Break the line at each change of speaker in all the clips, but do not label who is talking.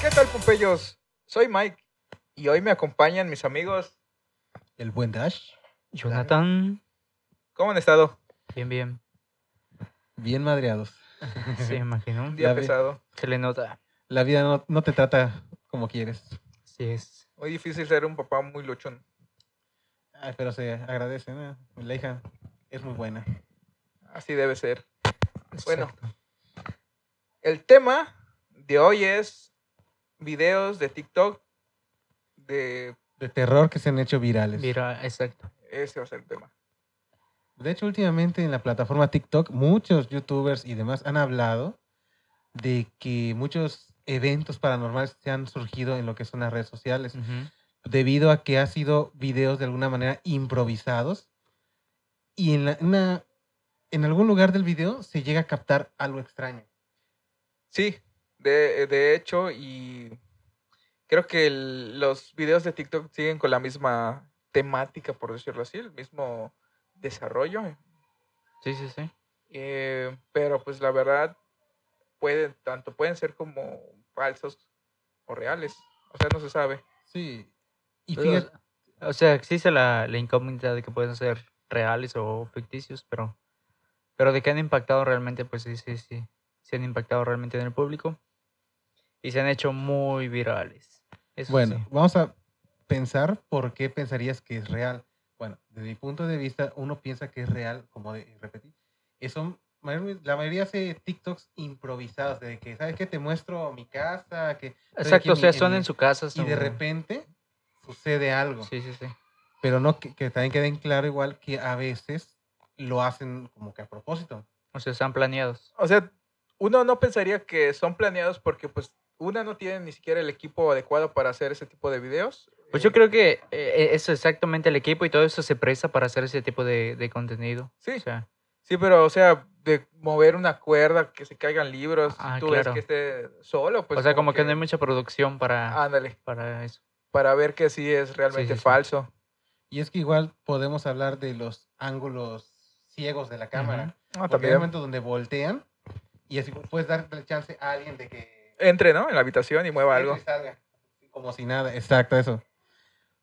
¿Qué tal, Pompeyos? Soy Mike y hoy me acompañan mis amigos.
El buen Dash.
Jonathan,
¿Cómo han estado?
bien, bien.
Bien madreados.
Se imaginó.
Un día
Ya ve.
pesado.
Se le nota.
La vida no, no te trata como quieres.
Así es.
Muy difícil ser un papá muy luchón.
Ay, pero se agradece, ¿no? La hija es muy buena.
Así debe ser. Bueno.
Exacto.
El tema de hoy es videos de TikTok. De
De terror que se han hecho virales.
Mira, exacto.
ese va a ser el tema.
De hecho, últimamente en la plataforma TikTok, muchos youtubers y demás han hablado de que muchos eventos paranormales se han surgido en lo que son las redes sociales.
Ujú.
debido a que ha sido videos de alguna manera improvisados y en, la- una- en algún lugar del video se llega a captar algo extraño.
Sí, de, de hecho, y creo que el- los videos de TikTok siguen con la misma temática, por decirlo así, el mismo desarrollo.
Sí, sí, sí.
Eh, pero pues la verdad, pueden, tanto pueden ser como falsos o reales. O sea, no se sabe.
Sí. Y
Pero,
fíjate,
o sea, existe la, la incógnita de que pueden ser reales o ficticios, pero, pero de que han impactado realmente, pues sí, sí, sí. Se han impactado realmente en el público y se han hecho muy virales. Eso
bueno,
sí.
vamos a pensar por qué pensarías que es real. Bueno, desde mi punto de vista, uno piensa que es real, como de, repetí. eh, son mayor- la mayoría hace TikToks improvisados, de que, ¿sabes qué? Te muestro mi casa, que... estoy aquí
Exacto, o
mi-
sea, son
mi-
en su casa.
Y de
son-
repente sucede algo.
Sí, sí, sí.
pero no que, que también queden claro igual que a veces lo hacen como que a propósito.
O sea, están planeados.
O sea, uno no pensaría que son planeados porque pues una no tiene ni siquiera el equipo adecuado para hacer ese tipo de videos.
Pues yo
eh,
creo que eh, eso exactamente el equipo y todo eso se presta para hacer ese tipo de, de contenido.
Sí.
O sea,
Sí, pero o sea, de mover una cuerda, que se caigan libros,
Ah,
tú ves
claro.
que esté solo, pues Ah.
o sea como que, no hay mucha producción para,
Ándale,
para eso.
para ver que sí es realmente
sí.
falso.
Y es que igual podemos hablar de los ángulos ciegos de la cámara.
Ujú.
No,
Porque hay
también
momentos donde voltean y así puedes darle chance a alguien de que
entre, ¿no? En la habitación y mueva
entre
algo.
y salga como si nada. Exacto, eso.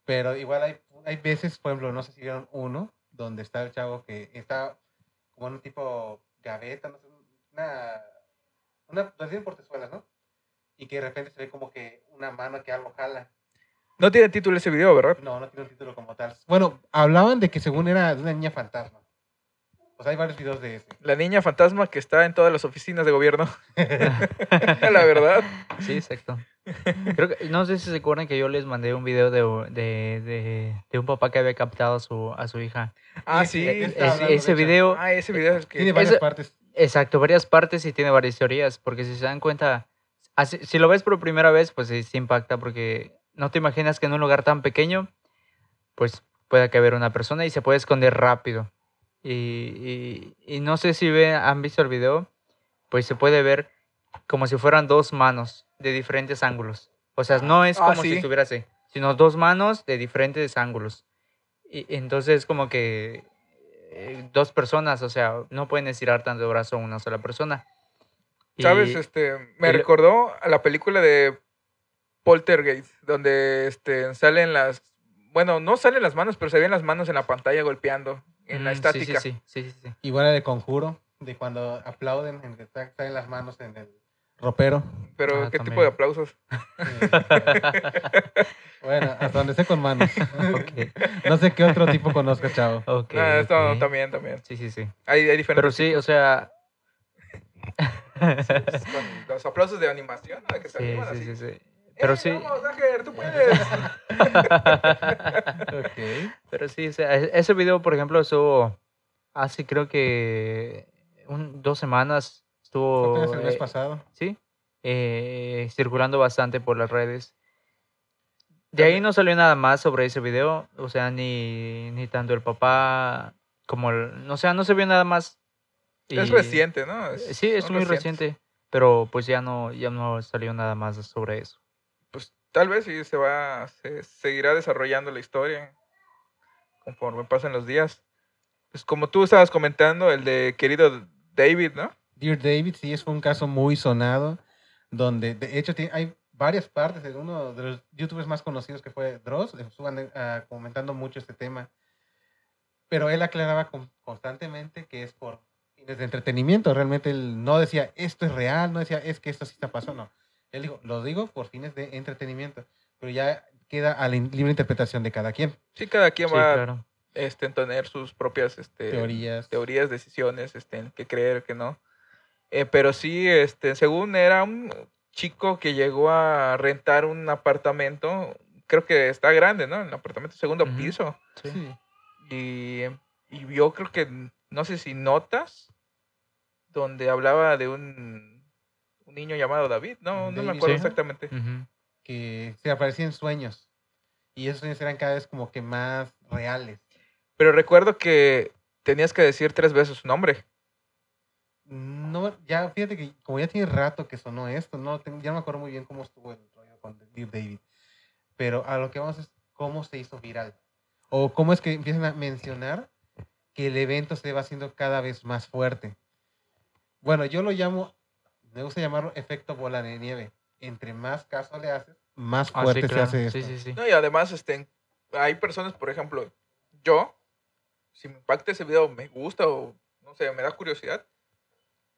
Pero igual hay, hay veces, por ejemplo, no sé si vieron uno, donde está el chavo que está como en un tipo gaveta, no sé, una, una, lo hacían por tezuelas, ¿no? Y que de repente se ve como que una mano que algo jala.
No tiene título ese video, ¿verdad?
No, no tiene un título como tal. Bueno, hablaban de que según era de una niña fantasma. O sea, hay varios videos de ese.
La niña fantasma que está en todas las oficinas de gobierno. la verdad.
Sí, exacto. Creo que, no sé si se acuerdan que yo les mandé un video de, u- de, de- de un papá que había captado a su, a su hija.
Ah,
Ese-
sí.
E-
ese
ese-
hablando, de
ese
hecho.
video,
Ah, ese video es el que...
Tiene varias
Esa-
partes.
exacto, varias partes y tiene varias teorías, porque si se dan cuenta, así- si lo ves por primera vez, pues sí, sí impacta, porque no te imaginas que en un lugar tan pequeño, pues pueda caber una persona y se puede esconder rápido. Y, y- y no sé si ve- han visto el video, pues se puede ver como si fueran dos manos de diferentes ángulos. O sea, no es
Ah,
como
sí.
si estuviera así, sino dos manos de diferentes ángulos. Y entonces como que eh, dos personas, o sea, no pueden estirar tanto el brazo a una sola persona. Y-
¿Sabes? Este, me
y lo-
recordó a la película de Poltergeist, donde este, salen las... Bueno, no salen las manos, pero se ven las manos en la pantalla golpeando, en la
Mm, sí, sí,
estática.
sí, sí, sí, sí.
Igual el conjuro, de cuando aplauden, en que tra- traen las manos en el, ropero.
Pero,
Ah,
¿qué tipo
también.
de aplausos?
Eh, bueno, hasta donde esté con manos.
Ok,
No sé qué otro tipo conozco, chavo.
ok,
Ah, esto
ok.
también, pues, también.
Sí, sí, sí.
Hay, hay diferentes.
Pero sí, o sea...
con los aplausos de animación, ¿no? Que se
sí,
animan
sí,
así.
sí, sí.
¡Eh,
Pero sí...
Vamos, Ángel, tú puedes.
Ok.
Pero sí, o sea, e- ese video, por ejemplo, estuvo hace creo que un- dos semanas.
Fue
Estuvo...
apenas el mes
eh,
pasado.
¿sí? Eh, circulando bastante por las redes. De ahí no salió nada más sobre ese video, o sea, ni, ni tanto el papá como el... O sea, no se vio nada más.
es
y-
reciente, ¿no?
eh, Sí, es
son
muy
recientes.
reciente, pero pues ya no, ya no salió nada más sobre eso.
Pues tal vez sí se va, se seguirá desarrollando la historia conforme pasen los días. Pues como tú estabas comentando, el de querido David, ¿no?
Dear David, sí, es fue un caso muy sonado, donde de hecho tiene- hay varias partes. de Uno de los youtubers más conocidos que fue Dross, estuvo ande- ah, comentando mucho este tema. Pero él aclaraba con- constantemente que es por fines de entretenimiento. Realmente él no decía esto es real, no decía es que esto sí está pasando. No. Él dijo, lo digo por fines de entretenimiento. Pero ya queda a la in- libre interpretación de cada quien.
Sí, cada quien
Sí,
va
claro.
este, a tener sus propias este,
Teorías.
teorías, decisiones, este, en qué creer, qué no. Eh, pero sí, este, según era un chico que llegó a rentar un apartamento, creo que está grande, ¿no? El apartamento segundo
Ujú.
piso.
Sí.
Y, y vio, creo que, no sé si notas, donde hablaba de un, un niño llamado David, no, no me
David,
acuerdo
sí.
exactamente.
Ujú.
que se aparecían sueños. Y esos sueños eran cada vez como que más reales.
Pero recuerdo que tenías que decir tres veces su nombre.
No, ya, fíjate que como ya tiene rato que sonó esto, no lo tengo- ya no me acuerdo muy bien cómo estuvo el rollo con Dear David. Pero a lo que vamos es cómo se hizo viral. O cómo es que empiezan a mencionar que el evento se va haciendo cada vez más fuerte. Bueno, yo lo llamo, me gusta llamarlo efecto bola de nieve. Entre más caso le haces, más
Ah, sí,
fuerte
claro.
se hace
Sí,
esto.
sí, sí.
No, y además, este, hay personas, por ejemplo, yo, si me impacta ese video, me gusta o, no sé, me da curiosidad,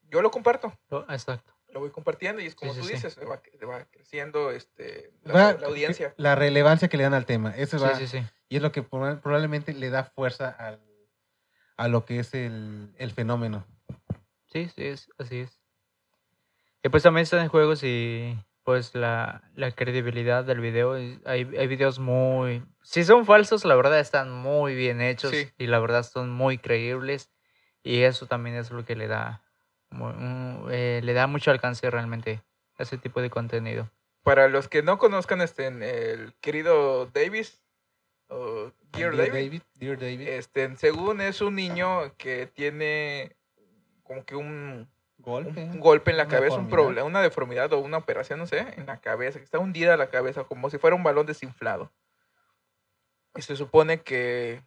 yo lo comparto,
Lo- Oh, Exacto.
lo voy compartiendo y es como
sí,
tú
sí.
dices, va, cre- va creciendo este,
Va-
la, la audiencia.
La relevancia que le dan al tema. Eso
Sí,
va,
sí, sí.
Y es lo que proba- probablemente le da fuerza al, a lo que es el, el fenómeno.
Sí, sí, es, así es. Y pues también están en juegos y pues la, la credibilidad del video. y Hay, hay videos muy... Si son falsos, la verdad están muy bien hechos
Sí.
y la verdad son muy creíbles. Y eso también es lo que le da, mu- un- eh, le da mucho alcance realmente a ese tipo de contenido.
Para los que no conozcan este, en el querido Davis, o Dear David,
Dear David.
este, según es un niño que tiene como que un, un,
golpe. ¿eh?
un golpe en la
Una
cabeza, un
deformidad.
problema, una deformidad o una operación, no sé, en la cabeza, que está hundida la cabeza, como si fuera un balón desinflado. Y se supone que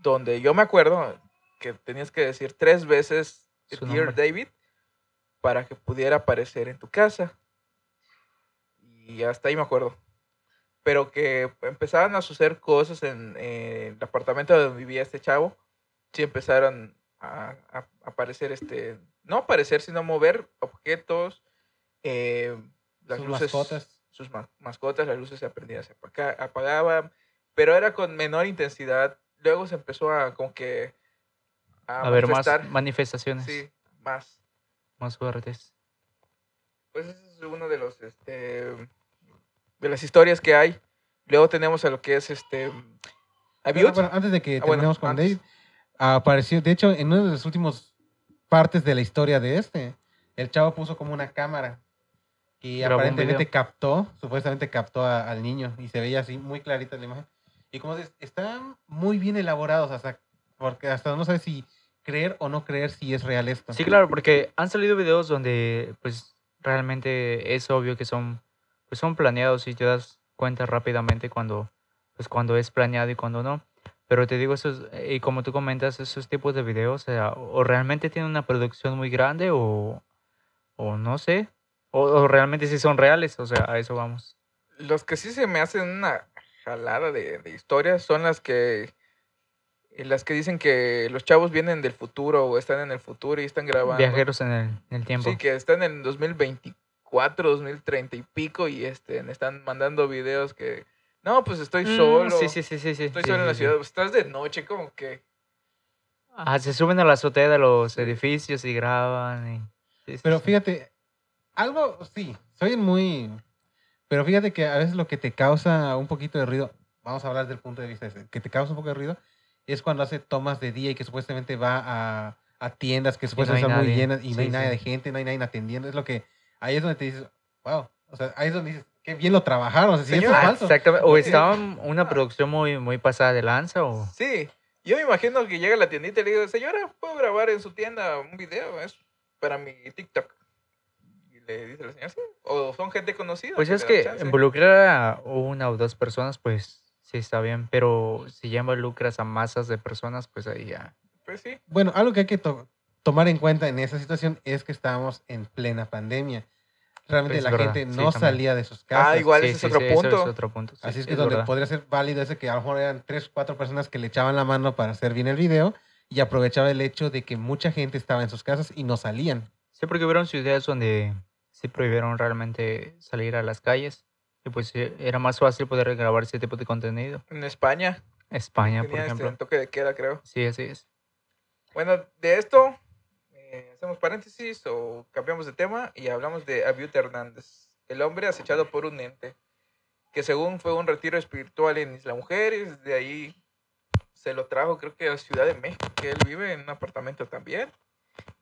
donde yo me acuerdo que tenías que decir tres veces
Su
Dear
nombre.
David para que pudiera aparecer en tu casa. Y hasta ahí me acuerdo. Pero que empezaban a suceder cosas en, eh, el apartamento donde vivía este chavo. Sí empezaron a, a aparecer, este, no aparecer, sino mover objetos, eh, las
Sus
luces,
mascotas.
sus ma- mascotas, las luces se aprendidas se apaca- apagaban, pero era con menor intensidad. Luego se empezó a como que
a ver más
manifestar,
manifestaciones
sí, más.
más fuertes.
Pues ese es uno de los este, de las historias que hay. Luego tenemos a lo que es este
Pero,
Abiud.
bueno, antes de que
Ah, bueno,
terminemos con
antes.
David, apareció, de hecho, en una de las últimas partes de la historia de este, el chavo puso como una cámara y
Grabó un
aparentemente
video.
captó, supuestamente captó a- al niño y se veía así muy clarita la imagen. Y como dices, están muy bien elaborados hasta, porque hasta no sabes si creer o no creer si es real esto.
Sí, claro, porque han salido videos donde pues realmente es obvio que son pues son planeados y te das cuenta rápidamente cuando pues cuando es planeado y cuando no. Pero te digo esos y como tú comentas esos tipos de videos o sea, o realmente tienen una producción muy grande o o no sé, o, o realmente sí son reales, o sea, a eso vamos.
Los que sí se me hacen una jalada de, de historias son las que Y las que dicen que los chavos vienen del futuro o están en el futuro y están grabando.
Viajeros en el, en el tiempo.
Sí, que están en 2024, 2030 y pico y este, están mandando videos que... No, pues estoy
Mm,
solo.
Sí, sí, sí, sí. sí,
Estoy
sí,
solo en
sí,
la
sí.
ciudad. Pues, Estás de noche, como que...
Ajá, se suben a la azotea de los edificios y graban. y- sí, sí,
Pero
sí.
fíjate, algo, sí, soy muy... Pero fíjate que a veces lo que te causa un poquito de ruido, vamos a hablar del punto de vista ese, que te causa un poco de ruido, es cuando hace tomas de día y que supuestamente va a, a tiendas que supuestamente
hay
están muy
nadie.
llenas y no
Sí,
hay nadie
sí.
de gente, no hay nadie atendiendo. Es lo que, ahí es donde te dices, wow, o sea, ahí es donde dices, qué bien lo trabajaron, o sea, si esto
Señor,
Ah,
es falso.
exactamente. O
Sí.
estaba una producción muy, muy pasada de lanza o...
Sí, yo me imagino que llega a la tiendita y le digo, señora, ¿puedo grabar en su tienda un video? Es para mi TikTok. Y le dice la señora, sí. O son gente conocida.
Pues
le
es
dan
que
chance.
involucrar a una o dos personas, pues sí está bien, pero si ya involucras a masas de personas, pues ahí ya.
Pues sí.
Bueno, algo que hay que to- tomar en cuenta en esa situación es que estábamos en plena pandemia. Realmente
Es
la
verdad,
gente
sí,
no
también. Ah,
salía de sus casas.
igual
Sí,
ese es
sí,
otro
sí,
punto.
Eso es otro punto. sí,
Así es que donde
verdad.
podría ser válido ese que a lo mejor eran tres, cuatro personas que le echaban la mano para hacer bien el video y aprovechaba el hecho de que mucha gente estaba en sus casas y no salían.
Sí, porque hubieron ciudades donde sí prohibieron realmente salir a las calles. Y pues eh, era más fácil poder grabar ese tipo de contenido.
En España.
España, por
tenía este
ejemplo.
toque de queda, creo.
Sí, así es.
Bueno, de esto eh, hacemos paréntesis o cambiamos de tema y hablamos de Abiud Hernández, el hombre acechado por un ente, que según fue un retiro espiritual en Isla Mujeres, de ahí se lo trajo creo que a Ciudad de México, que él vive en un apartamento también,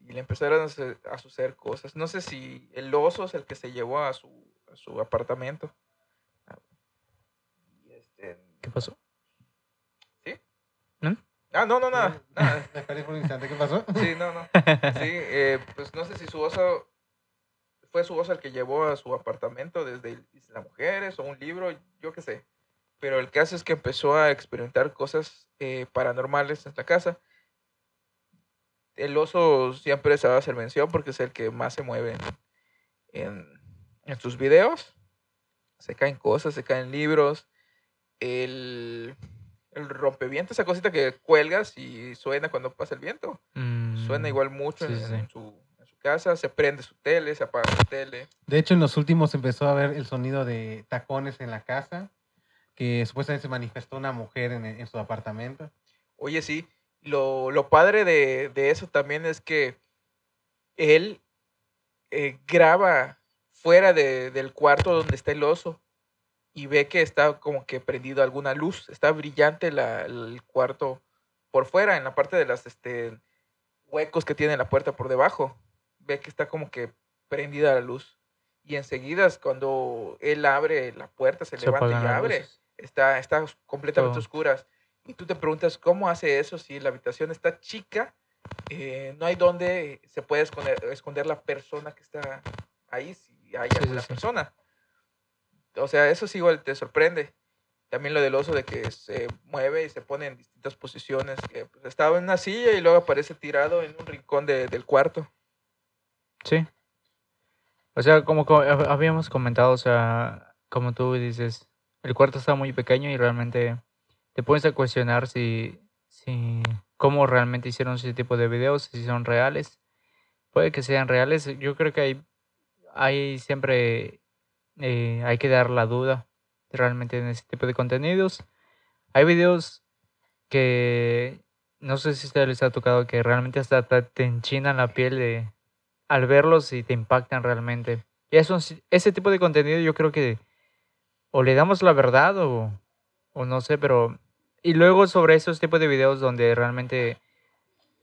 y le empezaron a su- a suceder cosas. No sé si el oso es el que se llevó a su, a su apartamento. Ah, Y este,
¿Qué pasó?
Ah, no, no, nada, nada.
Me perdí por un instante, ¿qué pasó?
Sí, no, no. Sí, eh, pues no sé si su oso fue su oso el que llevó a su apartamento desde el- Isla Mujeres o un libro, yo qué sé. Pero el caso es que empezó a experimentar cosas eh, paranormales en la casa. El oso siempre se va a hacer mención porque es el que más se mueve en, en- en sus videos. Se caen cosas, se caen libros. El, el rompeviento, esa cosita que cuelgas y suena cuando pasa el viento suena
Mm,
igual mucho
sí,
en,
sí, sí.
en su, en su casa, se prende su tele, se apaga su tele.
De hecho, en los últimos empezó a ver el sonido de tacones en la casa, que supuestamente se manifestó una mujer en, en su apartamento.
Oye, sí, lo, lo padre de, de eso también es que él eh, graba fuera de- del cuarto donde está el oso y ve que está como que prendido alguna luz, está brillante la- el cuarto por fuera, en la parte de las este, huecos que tiene la puerta por debajo, ve que está como que prendida la luz. Y enseguida es cuando él abre la puerta, se,
Se
levanta
apagan
y
las
abre
luces.
está, está os- completamente
Todo.
oscuras. Y tú te preguntas, ¿cómo hace eso si la habitación está chica? Eh, no hay dónde se puede esconder, esconder la persona que está ahí, si hay
Sí, sí,
alguna
sí.
persona. O sea, eso sí igual te sorprende. También lo del oso de que se mueve y se pone en distintas posiciones. Que pues, estaba en una silla y luego aparece tirado en un rincón de- del cuarto.
Sí. O sea, como co- hab- habíamos comentado, o sea, como tú dices, el cuarto está muy pequeño y realmente te pones a cuestionar si, si cómo realmente hicieron ese tipo de videos, si son reales. Puede que sean reales, yo creo que hay, hay siempre eh, hay que dar la duda realmente en ese tipo de contenidos. Hay videos que no sé si a ustedes les ha tocado que realmente hasta te te enchinan la piel de, al verlos y te impactan realmente. Y eso, sí- ese tipo de contenido yo creo que o le damos la verdad o, o no sé, pero... Y luego sobre esos tipos de videos donde realmente,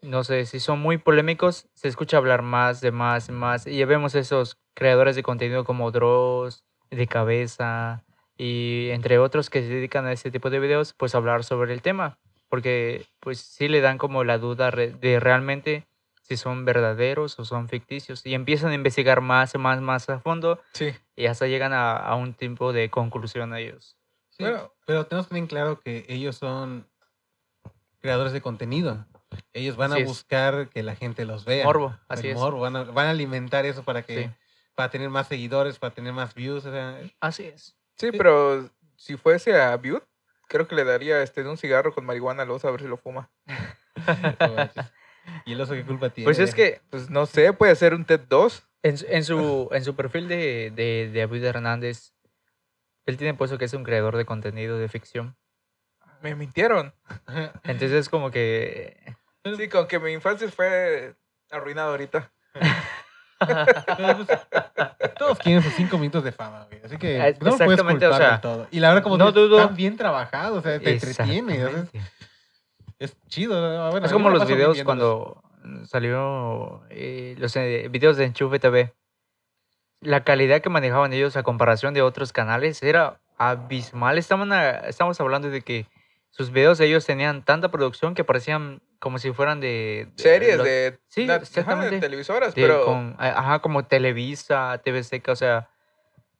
no sé, si son muy polémicos, se escucha hablar más de más y más. Y ya vemos esos creadores de contenido como Dross, De Cabeza y entre otros que se dedican a ese tipo de videos, pues hablar sobre el tema. Porque pues sí le dan como la duda re- de realmente si son verdaderos o son ficticios. Y empiezan a investigar más, más, más a fondo
Sí.
y hasta llegan a, a un tipo de conclusión ellos.
Sí,
Bueno.
pero tenemos bien claro que ellos son creadores de contenido. Ellos van
Así
a
es.
buscar que la gente los vea.
Morbo,
el
así es.
morbo, Van, a, van a alimentar eso para que
Sí.
para tener más seguidores, para tener más views. o sea,
Así es.
Sí, pero si fuese a Butte, creo que le daría este, de un cigarro con marihuana al oso a ver si lo fuma.
No manches. ¿Y el oso qué culpa tiene?
Pues es que
Pues no sé, puede ser un TED 2.
en, su- en su, en su perfil de, de, de David Hernández, él tiene puesto que es un creador de contenido de ficción.
Me mintieron.
Entonces es como que...
Sí, con que mi infancia fue arruinada ahorita.
Pero, pues, todos quieren sus cinco minutos de fama, güey. Así que
Ah,
no puedes
exactamente, o
culpar del
sea,
todo. Y la verdad, como
no
no
dudo-
están bien trabajados, o sea, te entretiene. o sea, es,
Exactamente.
es chido. ¿no? Ah, Bueno,
es
yo
como
me la
los
paso bien
videos
viéndolos.
cuando salió eh, los eh, videos de Enchufe TV. La calidad que manejaban ellos a comparación de otros canales era abismal. Estaban a- estamos hablando de que sus videos ellos tenían tanta producción que parecían como si fueran de... de-
Series
lo-
de,
sí,
na- ajá, de
exactamente.
televisoras,
de-
pero
con- a- ajá, como Televisa, TV Seca, o sea...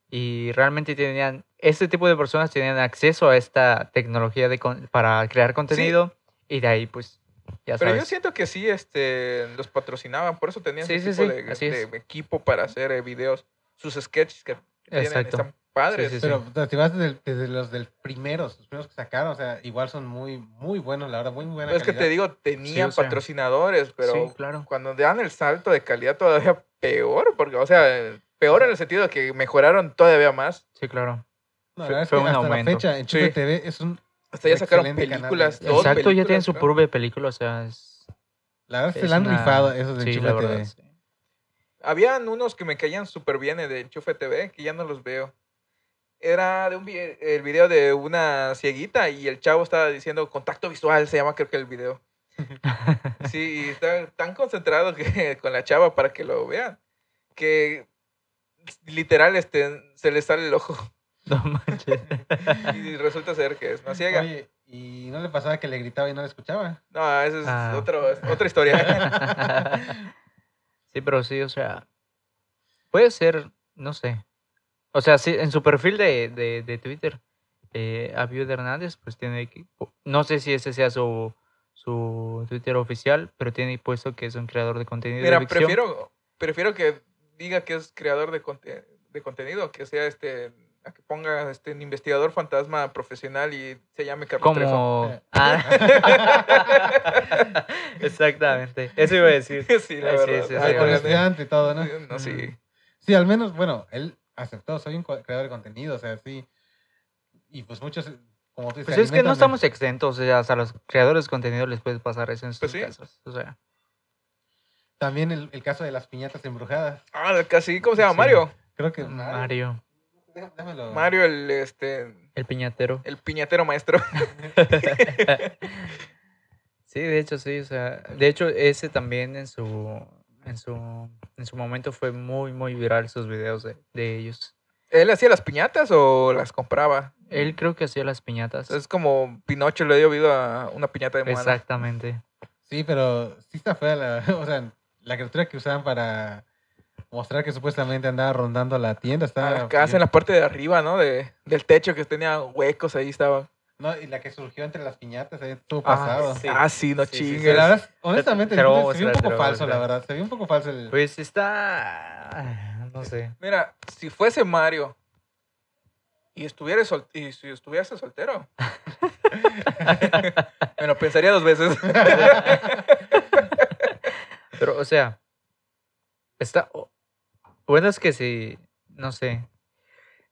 Y realmente tenían... Este tipo de personas tenían acceso a esta tecnología de con- para crear contenido. Y de ahí, pues, ya
Pero yo
sabes.
siento que sí, este, los patrocinaban, por eso tenían
Sí,
ese
sí,
tipo
sí,
de,
así
de
es.
equipo para hacer eh, videos. Sus sketches que tienen
Exacto.
están padres.
Sí, sí, sí.
Pero o sea, si vas desde, desde los del primeros, los primeros que sacaron, o sea, igual son muy, muy buenos, la verdad, muy buena
Pero es que te
calidad.
digo, tenían
sea.
patrocinadores, pero
Sí, claro.
cuando dan el salto de calidad todavía peor, porque, o sea, peor en el sentido de que mejoraron todavía más.
Sí, claro.
No, la
fue-
verdad es que
fue un
hasta
aumento.
la fecha, en Chupe
Sí.
TV es un...
Hasta ya sacaron
Excelente canal de
películas.
YouTube.
dos
Exacto, ya tienen
películas,
su
¿no?
propia película, o sea, es,
La verdad es que
es
la Ah, han
una-
rifado esos de
sí,
Enchufe
la verdad,
TV.
sí.
Habían unos que me caían súper bien eh, de Enchufe TV, que ya no los veo. Era de un vi- el video de una cieguita y el chavo estaba diciendo contacto visual, se llama creo que el video. sí, y estaba tan concentrado que, con la chava para que lo vean, que literal este, se le sale el ojo
No manches.
y resulta ser que es una ciega.
Oye, ¿y no le pasaba que le gritaba y no le escuchaba?
No, esa es
Ah.
otro- es otra historia.
sí, pero sí, o sea, puede ser, no sé. O sea, sí, en su perfil de, de, de Twitter, eh, Abiud Hernández, pues tiene, que- no sé si ese sea su, su Twitter oficial, pero tiene puesto que es un creador de contenido. de
Mira,
ficción.
prefiero, prefiero que diga que es creador de, conte- de contenido, que sea este, a que ponga este un investigador fantasma profesional y se llame Carlos Trejo.
Como...
Eh.
Ah. Exactamente, eso iba a decir.
sí, la
Ah, sí,
verdad.
sí,
Ay,
sí,
Ay, con
oigan,
estudiante
obviamente.
y todo, ¿no?
eh, no, sí.
Sí, al menos, bueno, él aceptó, soy un co- creador de contenido, o sea, sí. Y pues muchos, como tú dices,
Pues es que
alimentan de-
no estamos exentos, o sea, hasta los creadores de contenido les puede pasar eso en sus
Pues sí.
casos. O sea,
También el, el caso de las piñatas embrujadas.
Ah, casi, ¿cómo se llama?
Sí.
Mario.
Creo que...
Mario,
Dé- déjamelo.
Mario, el, este,
el piñatero.
el piñatero maestro.
Sí, de hecho, sí, o sea, de hecho, ese también en su, en su, en su momento fue muy, muy viral sus videos de, de ellos.
¿Él hacía las piñatas o las compraba?
Él creo que hacía las piñatas.
Es como Pinocho le dio vida a una piñata de moana.
Exactamente.
Sí, pero sí está fea la... O sea, la criatura que usaban para mostrar que supuestamente andaba rondando la tienda.
Ah,
Estaba
Ah, Acá en la parte de arriba, ¿no? De, del techo que tenía huecos ahí estaba.
No, y la que surgió entre las piñatas, ahí estuvo
Ah,
pasado.
sí.
Ah, sí, no
Sí, sí, sí.
chingues.
Pero la verdad, honestamente,
Te lo voy a
se vio un
mostrar, te
poco
lo voy a
falso, la
mostrar.
verdad. Se vio un poco falso el...
Pues está, no sé.
Mira, si fuese Mario y, estuviera sol- y si estuviese soltero, me lo pensaría dos veces.
Pero, o sea, está. o- Bueno, es que sí, no sé.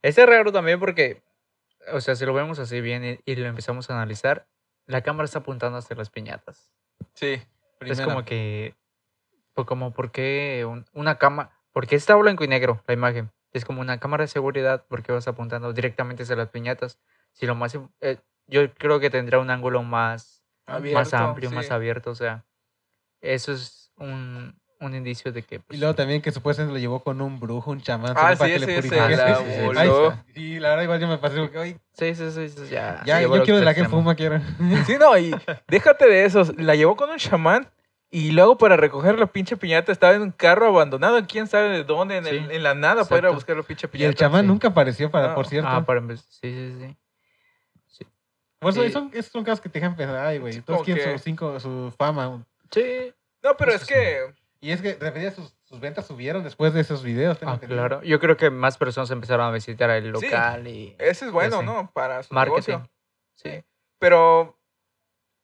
Es raro también porque, o sea, si lo vemos así bien y, y lo empezamos a analizar, la cámara está apuntando hacia las piñatas.
Sí.
Es
primero.
como que, pues como, ¿por qué un- una cámara? Porque está blanco y negro la imagen. Es como una cámara de seguridad porque vas apuntando directamente hacia las piñatas. Si lo más, im- eh, yo creo que tendrá un ángulo más
Ah,
Ah,
más amplio, más abierto. O sea, eso es un, un indicio de que.
Y
pues,
luego también que supuestamente lo llevó con un brujo, un chamán,
Ah,
según para
sí,
que le
ese se
purifique.
la
Sí, sí, sí.
voló.
Ahí está. Sí, la verdad igual yo me pasé porque, "Ay,
sí, sí, sí, sí, ya.
ya,
se
yo
llevó al
quiero de la que
extremo.
fuma, quiero.
Sí, no, y déjate de eso. La llevó con un chamán y luego para recoger la pinche piñata estaba en un carro abandonado, quién sabe de dónde, en, el-
Sí,
en la nada, para ir a
exacto.
buscar la pinche
Y
piñata.
el chamán
sí.
nunca apareció, para,
No.
por cierto.
Ah, para empezar. Sí, sí, sí.
por eso
sí.
son, esos son casos que te dejan pensar, ay, güey,
Sí,
todos
como
quieren
que-
su, cinco, su fama.
Sí.
No,
pues
pero
Eso
es
sí.
que
Y es que, de repente, sus, sus ventas subieron después de esos videos. tengo
Ah,
entendido.
claro. Yo creo que más personas empezaron a visitar el
Sí,
local y.
ese es bueno,
sí.
¿no? Para su
Marketing.
negocio.
Sí.
Pero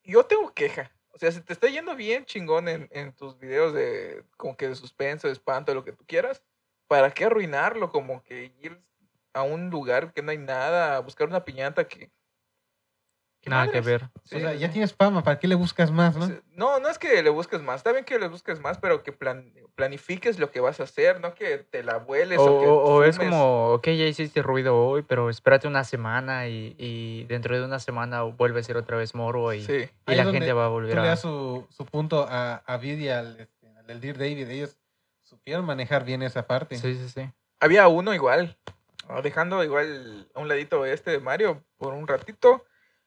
yo tengo queja. O sea, si te está yendo bien chingón en, en tus videos de como que de suspenso, de espanto, de lo que tú quieras, ¿para qué arruinarlo? Como que ir a un lugar que no hay nada, a buscar una piñata que... que
Nada que
madres.
ver.
Sí,
o sea,
sí,
ya
sí.
tienes fama, ¿para qué le buscas más, no?
O sea, No, no es que le busques más, está bien que le busques más, pero que plan- planifiques lo que vas a hacer, no que te la vueles.
O,
O, que
o- o es
fumes.
como, ok, ya hiciste ruido hoy, pero espérate una semana y, y dentro de una semana vuelve a ser otra vez morbo y, y
Sí,
Ahí
la
es donde
gente va a
Tú
volver
le
a...
das su, su punto a, a Vidi, al, este, al del Dear David. Ellos supieron manejar bien esa parte.
Sí, sí, sí.
había uno igual, ah, dejando igual a un ladito este de Mario por un ratito.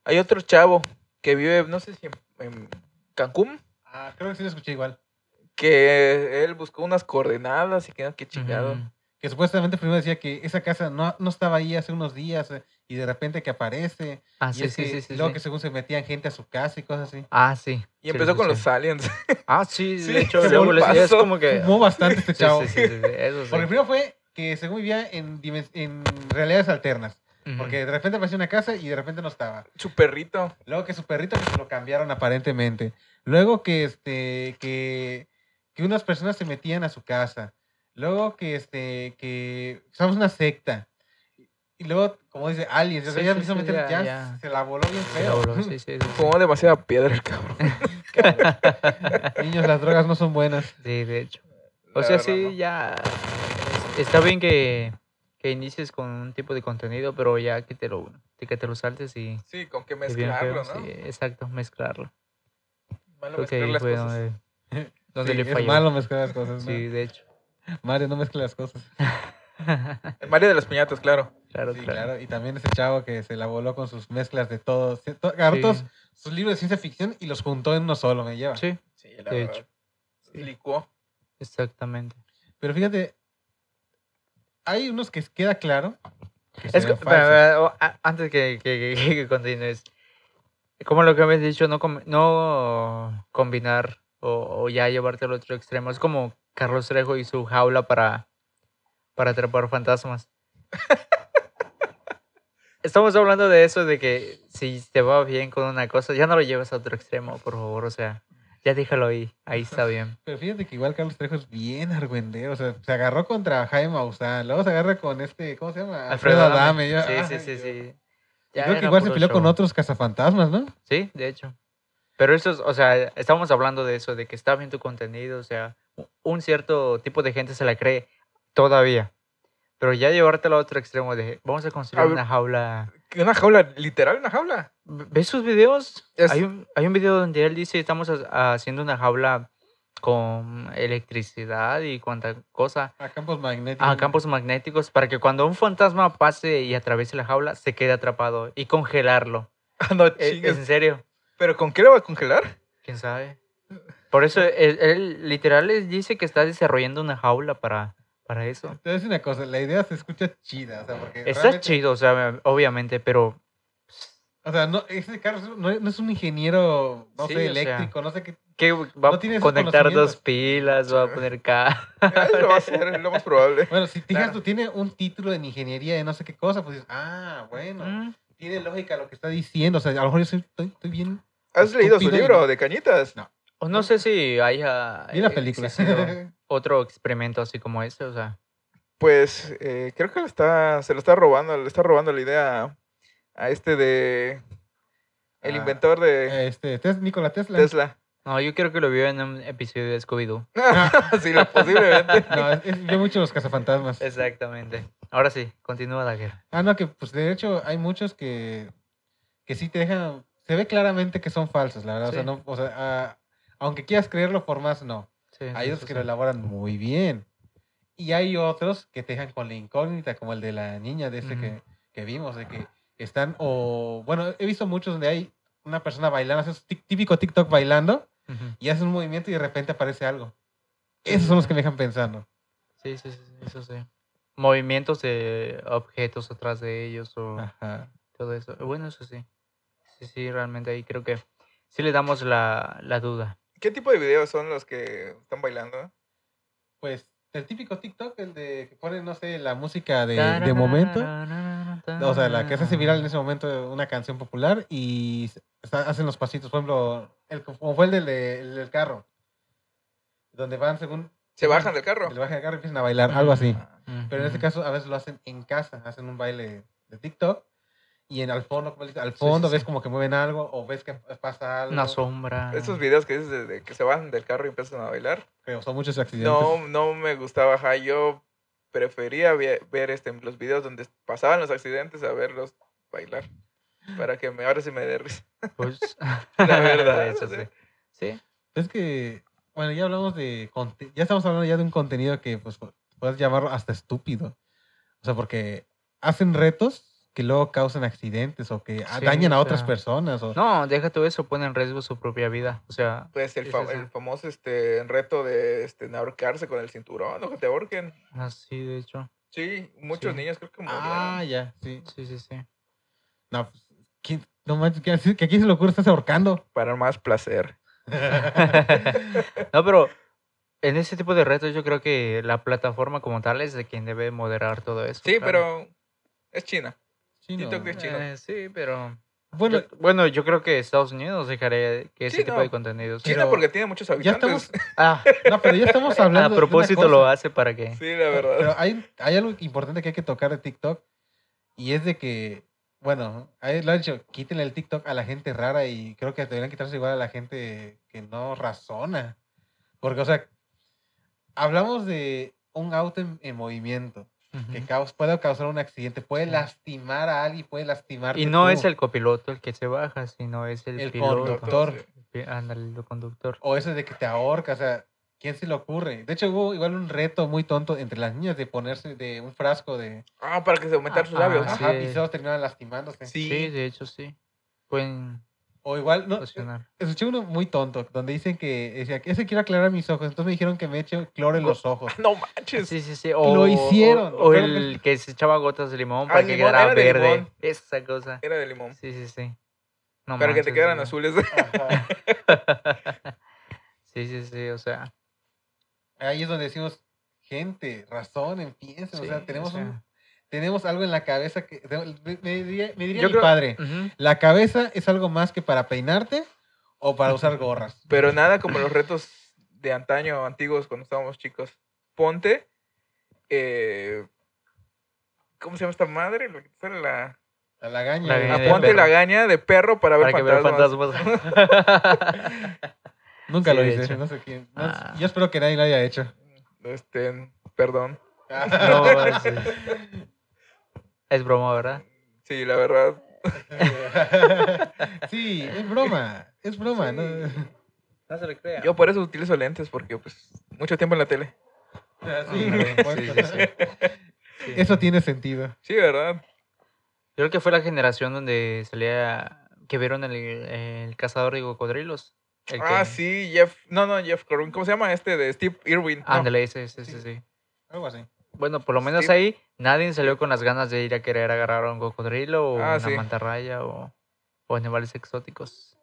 Hay otro chavo que vive, no sé si en, en Cancún,
Ah, creo que sí lo escuché igual.
que él buscó unas coordenadas y que no, qué chingado.
Ujú.
Que supuestamente primero decía que esa casa no, no estaba ahí hace unos días eh, y de repente que aparece.
Ah,
y
sí,
es
sí,
que-
sí, sí,
Luego
sí.
que según se metían gente a su casa y cosas así.
Ah, sí.
Y empezó con los aliens.
los... Ah, sí,
Sí,
de hecho,
se
luego
me
les- es
pasó.
como que...
Fumó bastante este
Sí,
chavo.
sí, sí, sí, sí, eso sí.
Porque primero fue que según vivía en, dimen- en realidades alternas.
Ujú.
Porque de repente apareció una casa y de repente no estaba.
Su perrito.
Luego que su perrito que se lo cambiaron aparentemente. Luego que este que, que unas personas se metían a su casa. Luego que este que somos una secta. Y luego, como dice Aliens, o sea,
Sí,
ya,
sí, sí,
precisamente
ya,
ya
ya.
se la voló bien
Sí, la
feo.
voló, sí, sí, sí, sí.
Fumó demasiada piedra el cabrón.
Niños, las drogas no son buenas.
Sí, de hecho. O
La
sea,
verdad,
sí,
no.
ya es- está bien que, que inicies con un tipo de contenido, pero ya que te lo, que te lo saltes y...
Sí, con que
y bien
mezclarlo,
feo,
¿no?
sí, exacto, mezclarlo.
Malo
Creo que
mezclar
ahí
las
fue
cosas.
donde, donde
Sí,
le falló.
Es malo mezclar las cosas. ¿no?
Sí, de hecho.
Mario, no mezcla las cosas.
claro,
El Mario de las piñatas, claro.
claro.
Sí, claro. Y también ese chavo que se la voló con sus mezclas de todo. se- to-
Sí,
Agarró todos sus libros de ciencia ficción y los juntó en uno solo, me lleva.
sí,
Sí, la
De
verdad.
hecho. Sí.
Licuó.
exactamente.
Pero fíjate, hay unos que queda claro. que se
Es que-
ven
espera,
falsos.
espera, o- a- antes que, que, que- que continúes, como lo que habías dicho, no, com- no combinar o, o ya llevarte al otro extremo. Es como Carlos Trejo y su jaula para, para atrapar fantasmas. Estamos hablando de eso, de que si te va bien con una cosa, ya no lo lleves a otro extremo, por favor. O sea, ya déjalo ahí, ahí está bien.
Pero fíjate que igual Carlos Trejo es bien argüendero. O sea, se agarró contra Jaime Maussan. Luego se agarra con este, ¿cómo se llama? Alfredo Adame. yo,
Sí, sí,
ay,
sí,
Dios.
sí.
Y
Ya
creo que
era
igual se
puro
peleó con
show.
otros cazafantasmas, ¿no?
Sí, de hecho. Pero eso es, o sea, estamos hablando de eso, de que está bien tu contenido, o sea, u- un cierto tipo de gente se la cree todavía. Pero ya llevártelo a otro extremo de, vamos a construir
ver.
una jaula.
Una jaula, literal una jaula.
V- ¿Ves sus videos?
Es-
Hay, un, hay un video donde él dice, estamos ha- haciendo una jaula con electricidad y cuanta cosa,
A campos magnéticos.
a Ah, campos magnéticos, para que cuando un fantasma pase y atraviese la jaula, se quede atrapado y congelarlo.
Ah, no
E-
chingues.
en serio.
¿Pero con qué lo va a congelar?
¿Quién sabe? Por eso él, él literal les dice que está desarrollando una jaula para, para eso.
Te voy a decir una cosa, la idea se escucha chida. O sea, porque
Está
realmente-
chido, o sea, obviamente, pero
O sea, no, ese Carlos no, no es un ingeniero, no
Sí,
sé,
o sea.
eléctrico, no sé qué.
¿qué va
No
a
tiene esos
conectar dos
conocimientos.
pilas? ¿Va a poner ca
Ah, Lo va a hacer, es lo más probable.
Bueno, si te
Claro.
fijas, tú tienes un título en ingeniería de no sé qué cosa, pues dices, ah, bueno.
Mm,
tiene lógica lo que está diciendo. O sea, a lo mejor yo soy- estoy, estoy bien.
¿Has leído su
Estúpido y-
libro de cañitas?
No.
O no sé si haya eh,
Vi la película.
existido otro experimento así como este, o sea.
Pues eh, creo que le está, se lo está robando, le está robando la idea a, a este de... El
Ah,
inventor de
este, Tes- Nikola Tesla.
Tesla.
No, yo creo que lo vio en un episodio de Scooby-Doo.
sí, lo, posiblemente.
No, es, es- veo mucho los cazafantasmas.
Exactamente. Ahora sí, continúa la guerra.
Ah, no, que pues de hecho hay muchos que, que sí te dejan. Se ve claramente que son falsos, la verdad. O sea,
Sí.
no, o sea, ah, aunque quieras creerlo por más, no.
Sí,
Hay
sí,
otros
sí,
que
sí.
lo elaboran muy bien. Y hay otros que te dejan con la incógnita, como el de la niña de este
Ujú.
que, que vimos, de que están, o bueno, he visto muchos donde hay una persona bailando, hace su tic- típico TikTok bailando,
Ujú.
y hace un movimiento y de repente aparece algo.
Sí,
Esos
sí,
son los
sí.
que me dejan pensando.
Sí, sí, sí, sí, eso sí. Movimientos de objetos atrás de ellos o
Ajá.
todo eso. Bueno, eso sí. Sí, sí, realmente ahí creo que sí le damos la, la duda.
¿Qué tipo de videos son los que están bailando?
Pues el típico TikTok, el de que ponen, no sé, la música de, de Eh, momento. O sea, la que hace ese viral en ese momento una canción popular y está- hacen los pasitos. Por ejemplo, el, como fue el del, el del carro. Donde van según.
Se bajan del carro.
Le bajan del carro y empiezan a bailar, algo así.
Ah,
Pero en este
Ujú.
caso a veces lo hacen en casa, hacen un baile de TikTok y en al fondo, como dice, al
sí,
fondo ves
sí.
como que mueven algo o ves que pasa algo.
Una sombra.
Ah.
Esos videos que dices de, de que se bajan del carro y empiezan a bailar.
Pero son muchos accidentes.
No, no me gustaba, ajá, yo prefería ve- ver este, los videos donde pasaban los accidentes a verlos bailar. Para que me, ahora sí me dé risa.
Pues,
La verdad,
eso
o sea.
sí. Sí,
Es que, bueno, ya hablamos de, conte- ya estamos hablando ya de un contenido que pues pu- puedes llamarlo hasta estúpido. O sea, porque hacen retos que luego causan accidentes o que a-
Sí,
dañan a
o
otras
sea,
personas. O,
No, deja todo eso, pone en riesgo su propia vida. O sea,
Pues el,
Sí,
fa-
sí, sí.
el famoso este, reto de este, no ahorcarse con el cinturón o que te ahorquen.
así de hecho.
Sí, muchos
Sí.
niños creo que murieron.
ah, ya, sí.
Sí, sí, sí.
No, pues, ¿quién- no manches, que así- que aquí se le ocurre estás ahorcando.
Para más placer.
no, pero en ese tipo de retos yo creo que la plataforma como tal es de quien debe moderar todo eso.
Sí,
claro.
pero es China.
Sí, no.
TikTok de chino.
Eh, sí, pero...
Bueno,
yo- bueno, yo creo que Estados Unidos dejaría que ese
Sí,
tipo
no.
de contenidos...
China
Pero-
porque tiene muchos
ya estamos,
habitantes.
Ah,
no, pero ya estamos hablando.
a
de una
propósito lo
cosa.
hace para que...
Sí, la verdad.
Pero hay, hay algo importante que hay que tocar de TikTok y es de que, bueno, ahí lo han dicho, quítenle el TikTok a la gente rara y creo que deberían quitarse igual a la gente que no razona. Porque, o sea, hablamos de un auto en, en movimiento que
Ujú.
caus- puede causar un accidente, puede
Sí.
lastimar a alguien, puede lastimar.
Y no es el copiloto el que se baja, sino es el,
El
piloto.
conductor. doctor.
sí.
Pi- Ándale, el conductor.
O eso de que te ahorca, o sea, ¿quién se le ocurre? De hecho, hubo igual un reto muy tonto entre las niñas de ponerse de un frasco de...
Ah, para que se aumentar sus
Ah,
labios, ¿no?
sí.
Ajá, y todos terminaban lastimándose.
Sí. de hecho sí. Pueden
O igual, no,
funcionar.
Escuché uno muy tonto, donde dicen que decía, ese quiero aclarar mis ojos. Entonces me dijeron que me eche cloro en los ojos.
No manches.
Sí, sí, sí. O,
Lo hicieron,
O, o
creo que-
el que se echaba gotas de limón
Ah,
para que
limón,
quedara
era de
verde.
limón.
Esa cosa.
Era de limón.
Sí, sí, sí. No
para que te
manches,
quedaran
güey.
azules.
Ajá.
sí, sí, sí. O sea.
Ahí es donde decimos, gente, razonen, piensen. o
sí,
sea, tenemos,
sea,
un- tenemos algo en la cabeza que... Me, me diría, me diría
Yo
mi
creo-
padre,
ujú.
la cabeza es algo más que para peinarte o para usar gorras.
Pero nada como los retos de antaño, antiguos, cuando estábamos chicos. Ponte. eh, ¿Cómo se llama esta madre? La que te sale la-
A la gaña.
La
güey.
gaña
Ah,
Eh, de
ponte
perro.
la gaña de perro para ver
Para que vean
fantasmas.
fantasmas.
Nunca
Sí,
lo
de
hice,
hecho.
no sé quién. no-
Ah.
Yo espero que nadie lo haya hecho.
Este, perdón.
no, sí. Es broma, ¿verdad?
Sí, la verdad.
sí, es broma, es broma. ¿no?
No se le crea.
Yo por eso utilizo lentes, porque pues mucho tiempo en la tele.
Sí,
Ándale,
por
sí,
supuesto.
sí, sí. Sí.
Eso tiene sentido.
Sí, ¿verdad?
Yo creo que fue la generación donde salía. que vieron el, el cazador de cocodrilos. el
Ah,
que-
sí, Jeff. No, no, Jeff Corbin. ¿Cómo se llama este? De Steve Irwin. No,
Ándale, ese, ese, ese, sí.
Algo así.
Bueno, por lo menos
Steve-
ahí nadie salió con las ganas de ir a querer agarrar a un cocodrilo o
Ah,
una
sí.
mantarraya o, o animales exóticos.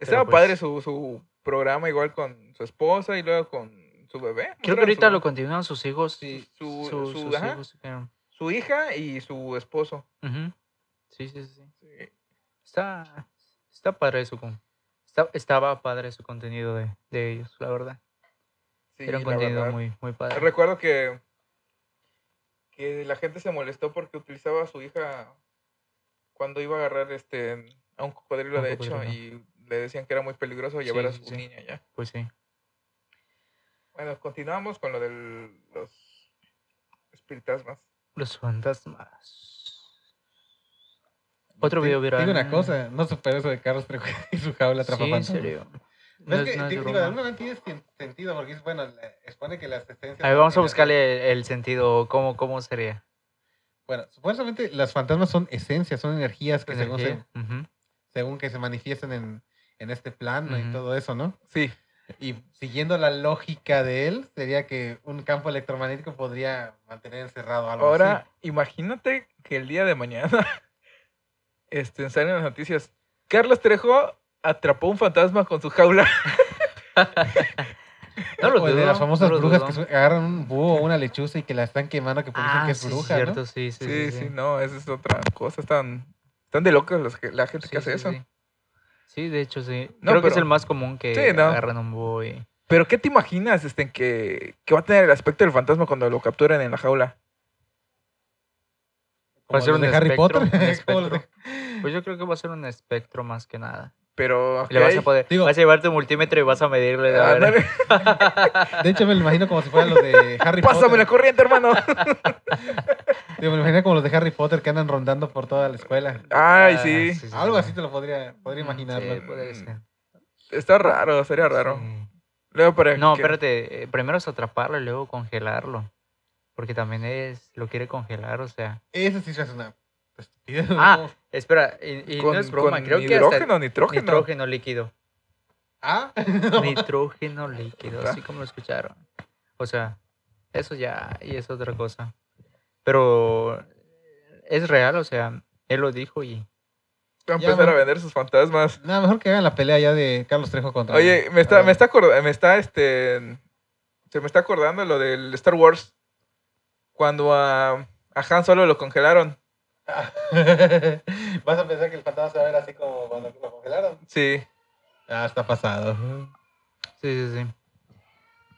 Estaba
pues-
padre su, su programa igual con su esposa y luego con su bebé.
Creo que
Mostraron
ahorita
su-
lo continúan sus hijos.
Sí, su-
su-
su-
sus
ajá.
hijos. creo.
Su hija y su esposo.
Ujú. Sí, sí, sí.
Sí.
Está, está padre su con- está- estaba padre su contenido de, de ellos, la verdad.
Sí,
Era un
la
contenido
verdad.
muy, muy padre.
Recuerdo que, que la gente se molestó porque utilizaba a su hija cuando iba a agarrar este a un cocodrilo,
Un
de hecho,
cocodrilo.
y le decían que era muy peligroso
Sí,
llevar a
sí,
su
sí.
niña ya.
Pues sí.
Bueno, continuamos con lo de los espiritasmas.
Los fantasmas. Otro
Te-
video viral. Mm.
Te digo una cosa, no supero eso de Carlos Trejo y su jaula
Sí,
atrapafantasmas.
en serio.
No es
No es-
que,
no es
digo,
broma.
de alguna manera tiene sen- sentido porque es bueno, la- expone que las esencias.
A ver, vamos a
energéticas-
buscarle el, el sentido, cómo, cómo sería.
Bueno, supuestamente las fantasmas son esencias, son energías que según, se-
Energía. Ujú.
según que se manifiestan en, en este plano y
Ujú.
todo eso, ¿no?
Sí.
Y siguiendo la lógica de él, sería que un campo electromagnético podría mantener encerrado algo
Ahora,
así.
imagínate que el día de mañana este, salen las noticias. Carlos Trejo atrapó un fantasma con su jaula.
No lo
o el de
dudo,
las famosas
no lo
brujas
dudo.
que su- agarran un búho o una lechuza y que la están quemando que por dicen
Ah,
que es
sí,
bruja,
cierto,
¿no?
sí, sí,
Sí, sí, no, esa es otra cosa. Están, están de locos los que, la gente
Sí,
que hace
sí,
eso.
Sí. Sí, de hecho sí.
No,
Creo que es
pero-
el más común que
Sí, no.
agarran un búho y-
Pero ¿qué te imaginas este, que, que va a tener el aspecto del fantasma cuando lo capturan en la jaula?
Va a
Como
ser
los
un
de Harry
espectro,
Potter.
un
como los
espectro.
de-
Pues yo creo que va a ser un espectro más que nada.
Pero...
Y Le vas a
ok, Ah,
poder, eh.
Digo-
vas a llevar tu multímetro y vas a medirle. a ver.
ándale,
De hecho, me lo imagino como si fueran los de Harry
Pásame la
Potter.
corriente, hermano.
Digo, me lo imagino como los de Harry Potter que andan rondando por toda la escuela.
Ay,
Ah,
sí.
Algo así te lo podría, podría
Mm,
imaginarlo.
sí, podría ser.
Está raro, sería raro.
Sí.
Luego para
No,
que-
espérate. eh, Primero es atraparlo y luego congelarlo. Porque también es lo quiere congelar, o sea.
Eso sí se hace una estupidez.
Ah,
¿no?
Espera, y, y
Con,
no es broma,
con
creo que
hidrógeno,
hasta
nitrógeno.
nitrógeno líquido.
Ah,
Nitrógeno líquido, así como lo escucharon. O sea, eso ya y es otra cosa. Pero es real, o sea, él lo dijo y
Va a
Ya,
empezar a
bueno.
vender sus fantasmas.
nada, mejor que hagan la pelea ya de Carlos Trejo contra.
Oye, me está, me está acordando, me está, este, se me está acordando lo del Star Wars. Cuando a, a Han Solo lo congelaron.
Vas a pensar que el fantasma se va a ver así como cuando lo congelaron.
Sí.
Ah, está pasado.
sí, sí, sí.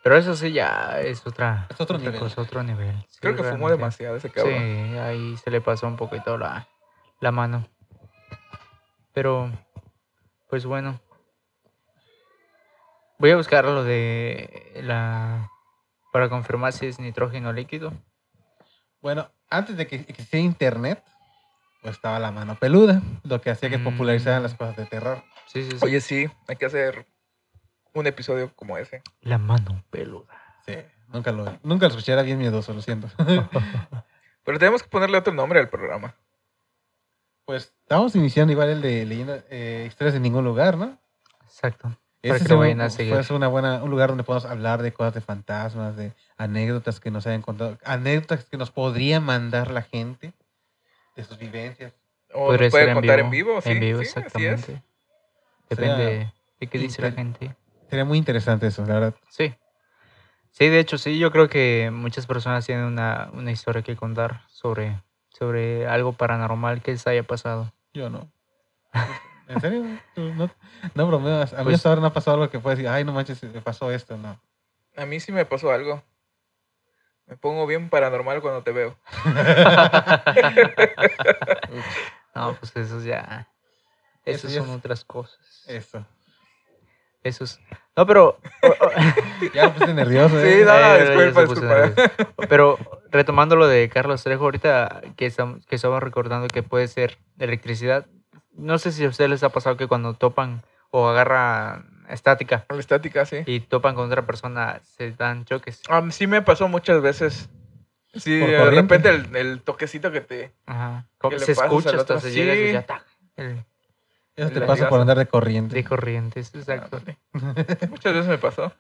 Pero eso sí ya es otra,
Es otro
otra
nivel.
cosa, otro nivel. Sí,
Creo que fumó
realmente.
demasiado ese cabrón.
Sí, ahí se le pasó un poquito la, la mano. Pero, pues bueno. Voy a buscar lo de la... Para confirmar si es nitrógeno líquido.
Bueno, antes de que existiera internet, pues estaba la mano peluda, lo que hacía que
Mm.
popularizaran las cosas de terror.
Sí, sí, sí.
Oye, sí, hay que hacer un episodio como ese.
La mano peluda.
Sí, nunca lo, nunca lo escuché, era bien miedoso, lo siento.
Pero tenemos que ponerle otro nombre al programa.
pues estábamos iniciando igual el de leyenda, eh, historias en ningún lugar, ¿no?
Exacto. Para
Ese
que lo
fue-
vayan a seguir.
fue una buena, un lugar donde podamos hablar de cosas de fantasmas, de anécdotas que nos hayan contado, anécdotas que nos podría mandar la gente de sus vivencias.
O nos puede contar en vivo, sí.
En vivo,
sí, así es.
exactamente. Depende de qué dice la
inter-
gente.
Sería muy interesante eso, la verdad.
Sí. Sí, de hecho, sí, yo creo que muchas personas tienen una, una historia que contar sobre, sobre algo paranormal que les haya pasado.
Yo no. ¿En serio? Tú No, no bromeo. A mí
Pues-
hasta ahora no ha pasado algo que pueda decir, ay, no manches, me pasó esto, no.
A mí sí me pasó algo. Me pongo bien paranormal cuando te veo.
No, pues eso ya.
Eso
Esas
ya
son
es- Eh.
otras cosas.
Esto.
Esos. No, pero. o- o-
Ya me puse nervioso,
Sí,
¿eh?
no. nada,
Eh, ya
disculpa,
se puso
disculpa.
nervioso. Pero retomando lo de Carlos Trejo, ahorita que estamos, que estaba recordando que puede ser electricidad, no sé si a ustedes les ha pasado que cuando topan o agarran estática
La estática, sí.
y topan con otra persona, se dan choques.
Ah, sí me pasó muchas veces. Sí,
Por
de
corriente.
repente el, el toquecito que te...
Ajá. Como
Que
que
le
se
pasas
escucha
al
hasta
otro,
se llega y
sí.
ya tac, el
Eso te
La
pasa por
ligaza.
andar de corriente.
de corrientes, exacto.
Muchas veces me pasó.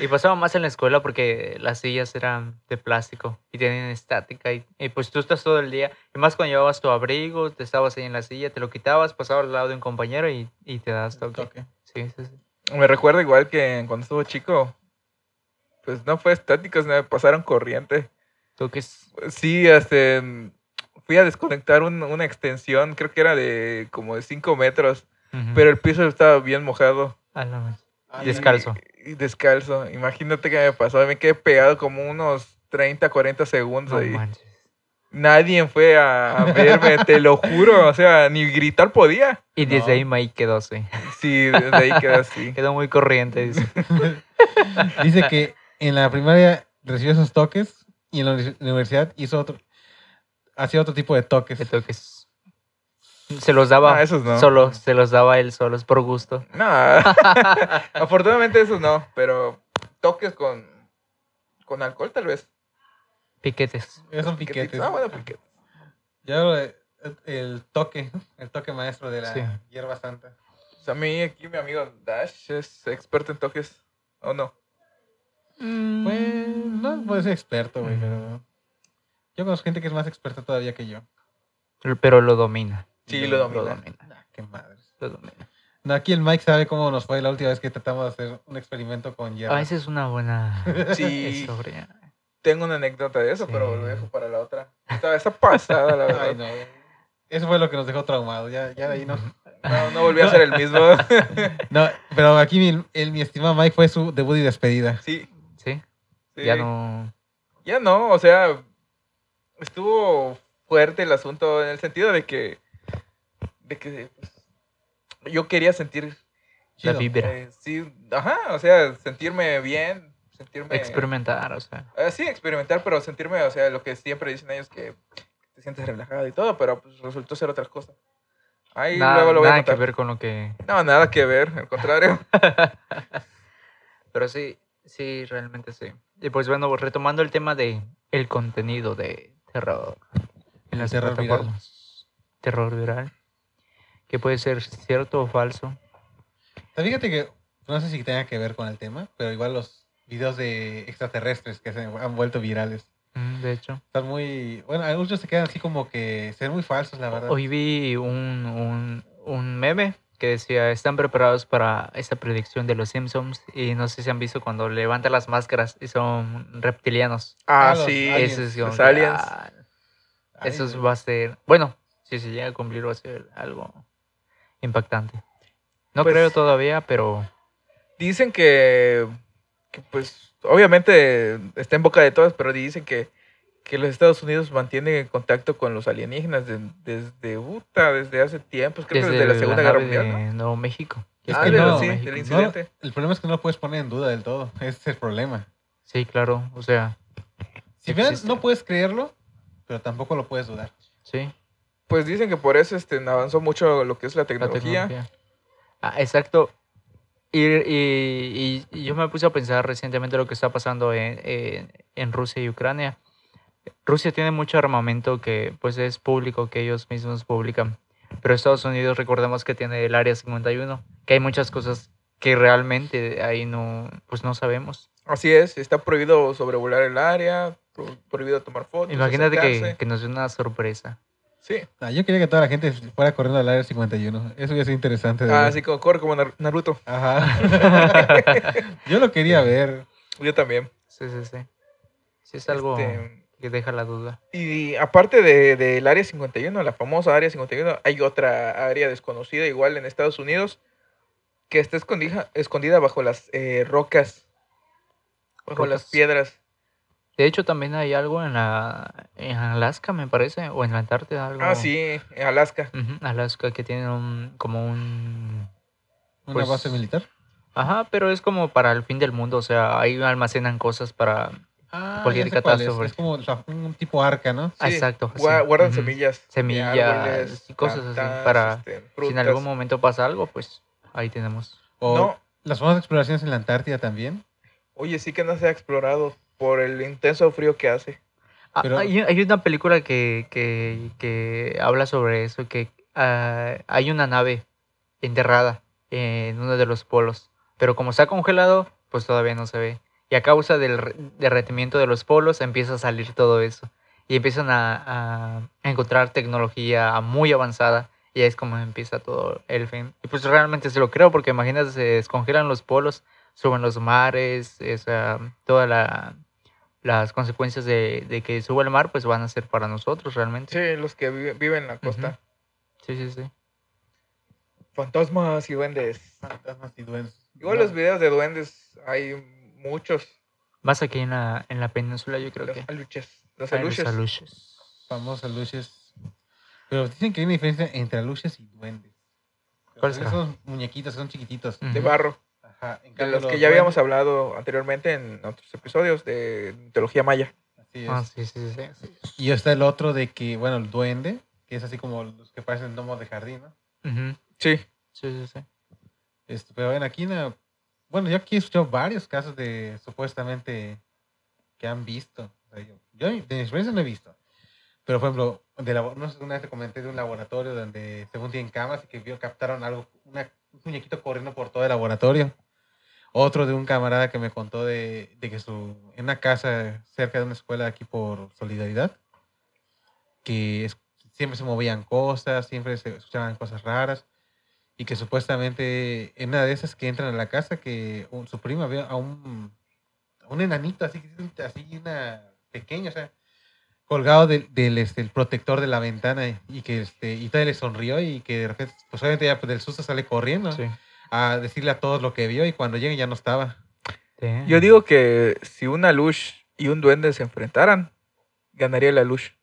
Y pasaba más en la escuela porque las sillas eran de plástico y tenían estática. Y, y pues tú estás todo el día. Y más cuando llevabas tu abrigo, te estabas ahí en la silla, te lo quitabas, pasabas al lado de un compañero y, y te das toque.
Toque.
Sí, sí, sí.
Me recuerda igual que cuando estuvo chico, pues no fue estático, me pasaron corriente.
Toques.
Sí, este, fui a desconectar un- una extensión, creo que era de como de 5 metros,
Ujú.
pero el piso estaba bien mojado.
A la vez.
Ay,
y-
Descalzo.
Y descalzo. Imagínate qué me pasó. Me quedé pegado como unos 30, 40 segundos.
No
y
manches.
nadie fue a, a verme, te lo juro. O sea, ni gritar podía.
Y desde ahí
No.
Mike quedó así.
Sí, desde ahí quedé así.
Quedó muy corriente. dice.
Dice que en la primaria recibió esos toques y en la uni- universidad hizo otro. Hacía otro tipo de toques.
Que toques. Se los daba.
No, Ah, esos no.
Solo, se los daba él solo, es por gusto.
No, afortunadamente eso no, pero toques con, con alcohol tal vez.
Piquetes.
Esos son piquetes.
Ah, bueno, piquetes.
Yo hablo de- el toque, el toque maestro de la
Sí.
hierba santa.
Pues a mí aquí mi amigo Dash es experto en toques, ¿o no?
Pues no puedes ser experto, güey,
Ujú.
pero. Yo conozco gente que es más experta todavía que yo.
Pero lo domina.
Sí, lo
Lo
domina.
domina.
Nah, Ah, qué madres.
Lo domina.
No, aquí el Mike sabe cómo nos fue la última vez que tratamos de hacer un experimento con hierro.
Ah, esa es una buena ¿eh?
Sí,
historia.
tengo una anécdota de eso, pero lo
Sí.
dejo para la otra. Está, está pasada, la verdad.
Ay, no. Eso fue lo que nos dejó traumados. Ya, ya de ahí no.
No, no volví a ser el mismo.
No, pero aquí mi, el, mi estimado Mike fue su debut y despedida.
Sí,
Sí,
sí.
ya no.
Ya no, o sea, estuvo fuerte el asunto en el sentido de que, de que pues, yo quería sentir,
La
Chido.
vibra.
eh, sí, ajá, o sea, sentirme bien, sentirme...
Experimentar, o sea.
Ah, sí, experimentar, pero sentirme, o sea, lo que siempre dicen ellos que te sientes relajado y todo, pero pues resultó ser otras cosas. Ahí
Nada,
luego lo voy a
nada que
contar.
ver con lo que.
No, nada que ver, al contrario.
Pero sí, sí, realmente sí. Y pues bueno, retomando el tema de el contenido de terror en
El
las
terror viral.
plataformas. Terror viral. Que puede ser cierto o falso.
O sea, Fíjate que no sé si tenga que ver con el tema, pero igual los videos de extraterrestres que se han vuelto virales.
Mm, De hecho,
Están muy. Bueno, algunos se quedan así como que se ven muy falsos, la verdad.
hoy vi un, un, un meme que decía, están preparados para esta predicción de los Simpsons. Y no sé si han visto cuando levantan las máscaras y son reptilianos.
Ah,
Ah, los
sí.
aliens,
Eso es como
los
que,
aliens.
ah,
Ay,
Eso es-
güey.
va a ser, bueno, si se llega a cumplir va a ser algo impactante. No
Pues-
creo todavía, pero
Dicen que, que, pues, obviamente está en boca de todos, pero dicen que, que los Estados Unidos mantienen en contacto con los alienígenas de- desde Utah, desde hace tiempos, creo que desde la Segunda Guerra
nave
Mundial. ¿no?
de Nuevo México.
Es
Ah,
que
de-
no,
sí, del
México.
incidente.
El problema es que no lo puedes poner en duda del todo. Ese es el problema.
Sí, claro, o sea,
Si bien
Existe.
no puedes creerlo, pero tampoco lo puedes dudar.
sí,
Pues dicen que por eso este, avanzó mucho lo que es la
la
tecnología.
tecnología. Ah, exacto. Y, y- y- y yo me puse a pensar recientemente lo que está pasando en, en- en Rusia y Ucrania. Rusia tiene mucho armamento que pues es público, que ellos mismos publican. Pero Estados Unidos, recordemos que tiene el Área 51, que hay muchas cosas que realmente ahí no, pues no sabemos.
Así es, está prohibido sobrevolar el área, pro- prohibido tomar fotos.
Imagínate que,
acercarse.
que nos dé una sorpresa.
Sí,
Ah, yo quería que toda la gente fuera corriendo al área 51. Eso hubiera sido interesante. de
Ah,
ver.
así como corre como Nar- Naruto.
Ajá. yo lo quería ver.
Yo también.
Sí, sí, sí. Sí es algo
Este,
que deja la duda.
Y aparte de- del área 51, la famosa área 51, hay otra área desconocida igual en Estados Unidos que está escondida, escondida bajo las eh, rocas, bajo las
Rocas.
piedras.
De hecho, también hay algo en, la, en Alaska, me parece, o en la Antártida. Algo,
Ah, sí, en Alaska.
Ujú, Alaska, que tiene un, como un...
Una
Pues-
base militar.
Ajá, pero es como para el fin del mundo, o sea, ahí almacenan cosas para...
Ah,
Cualquier
ya sé cuál es.
catástrofe.
Es como la- un tipo arca, ¿no?
Ah,
Sí,
exacto,
gua-
sí.
Guardan
Ujú.
semillas. de
Semillas
árboles,
y cosas así,
plantas,
para
este,
Si en
frutas.
algún momento pasa algo, pues ahí tenemos.
O
No,
las famosas exploraciones en la Antártida también.
oye, sí que no se ha explorado por el intenso frío que hace.
Ah,
Pero-
hay, hay una película que, que, que habla sobre eso, que ah, hay una nave enterrada en uno de los polos, pero como está congelado, pues todavía no se ve. Y a causa del re- derretimiento de los polos empieza a salir todo eso. Y empiezan a, a encontrar tecnología muy avanzada. Y ahí es como empieza todo el fin. Y pues realmente se lo creo porque imagínate, se descongelan los polos, suben los mares, esa, toda la las consecuencias de, de que suba el mar, pues van a ser para nosotros realmente.
Sí, los que vive- viven en la costa.
Sí, sí, sí.
Fantasmas y duendes.
Fantasmas y duendes.
Igual
No,
los videos de duendes hay muchos.
Más aquí en la, en la península, yo creo
Los
que.
aluches. Los
Ah, en los
aluches.
aluches.
Famosas luces. Pero dicen que hay una diferencia entre luces y duendes.
¿Cuál
Los
será? Mm.
duendes son muñequitos, son chiquititos.
Ujú.
De barro.
Ajá. En
De
cambio,
los que ya habíamos
duendes-
hablado anteriormente en otros episodios de mitología maya.
Así es.
Ah, sí, sí, sí, sí.
Y está el otro de que, bueno, el duende, que es así como los que parecen gnomos de jardín, ¿no?
Ujú.
Sí.
Sí, sí, sí.
Este, pero ven, aquí, no- bueno, yo aquí he escuchado varios casos de supuestamente que han visto. O sea, yo, yo de mi experiencia no he visto. Pero, por ejemplo, de labo- no sé, una vez te comenté de un laboratorio donde, según tienen cámaras, y que vio, captaron algo, una- un muñequito corriendo por todo el laboratorio. Otro de un camarada que me contó de, de que su, en una casa cerca de una escuela aquí por Solidaridad, que es- siempre se movían cosas, siempre se escuchaban cosas raras. y que supuestamente en una de esas que entran a la casa que un- su prima ve a un, a un enanito así, así una pequeña, o sea, colgado del, del, este, el protector de la ventana y que este, y todavía le sonrió y que de repente, pues obviamente ya pues, del susto sale
Ah.
corriendo
Sí.
a decirle a todos lo que vio y cuando llegue ya no estaba.
Yo digo que si una luz y un duende se enfrentaran, ganaría la luz.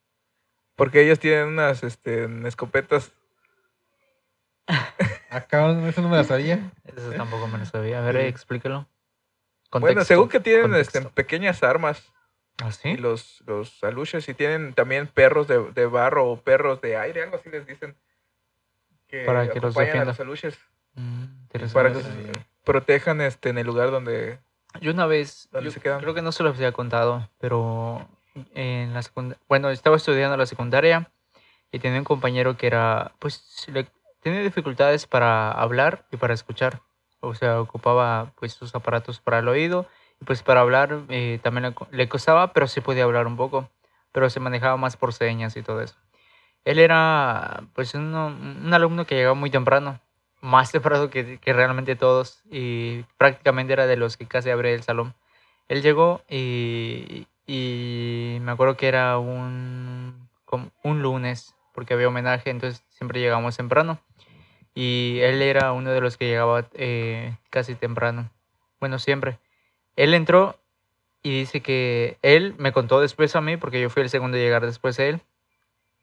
Porque ellos tienen unas este, escopetas.
Acá Ah, eso no me la sabía.
Eso tampoco me lo sabía. A ver,
Sí.
explícalo.
bueno, según que tienen este,
contexto.
pequeñas armas.
¿Ah, sí?
Y los, los aluches, y tienen también perros de, de barro o perros de aire, algo así les dicen. Que
Para que los
acompañan a
defienda.
los aluches.
Mm, interesante.
Para
no
que
lo sabía.
se protejan este, en el lugar donde.
Yo una vez,
¿Dónde
yo
se quedan?
creo que no se lo había contado, pero en la secundaria, bueno, estaba estudiando la secundaria y tenía un compañero que era, pues, le- tenía dificultades para hablar y para escuchar. O sea, ocupaba, pues, sus aparatos para el oído y, pues, para hablar eh, también le, co- le costaba, pero sí podía hablar un poco, pero se manejaba más por señas y todo eso. Él era, pues, uno- un alumno que llegaba muy temprano, más temprano que, que realmente todos y prácticamente era de los que casi abre el salón. Él llegó y, y me acuerdo que era un, como un lunes porque había homenaje, entonces siempre llegamos temprano y él era uno de los que llegaba eh, casi temprano, bueno, siempre. Él entró y dice que él me contó después a mí, porque yo fui el segundo a llegar después de él,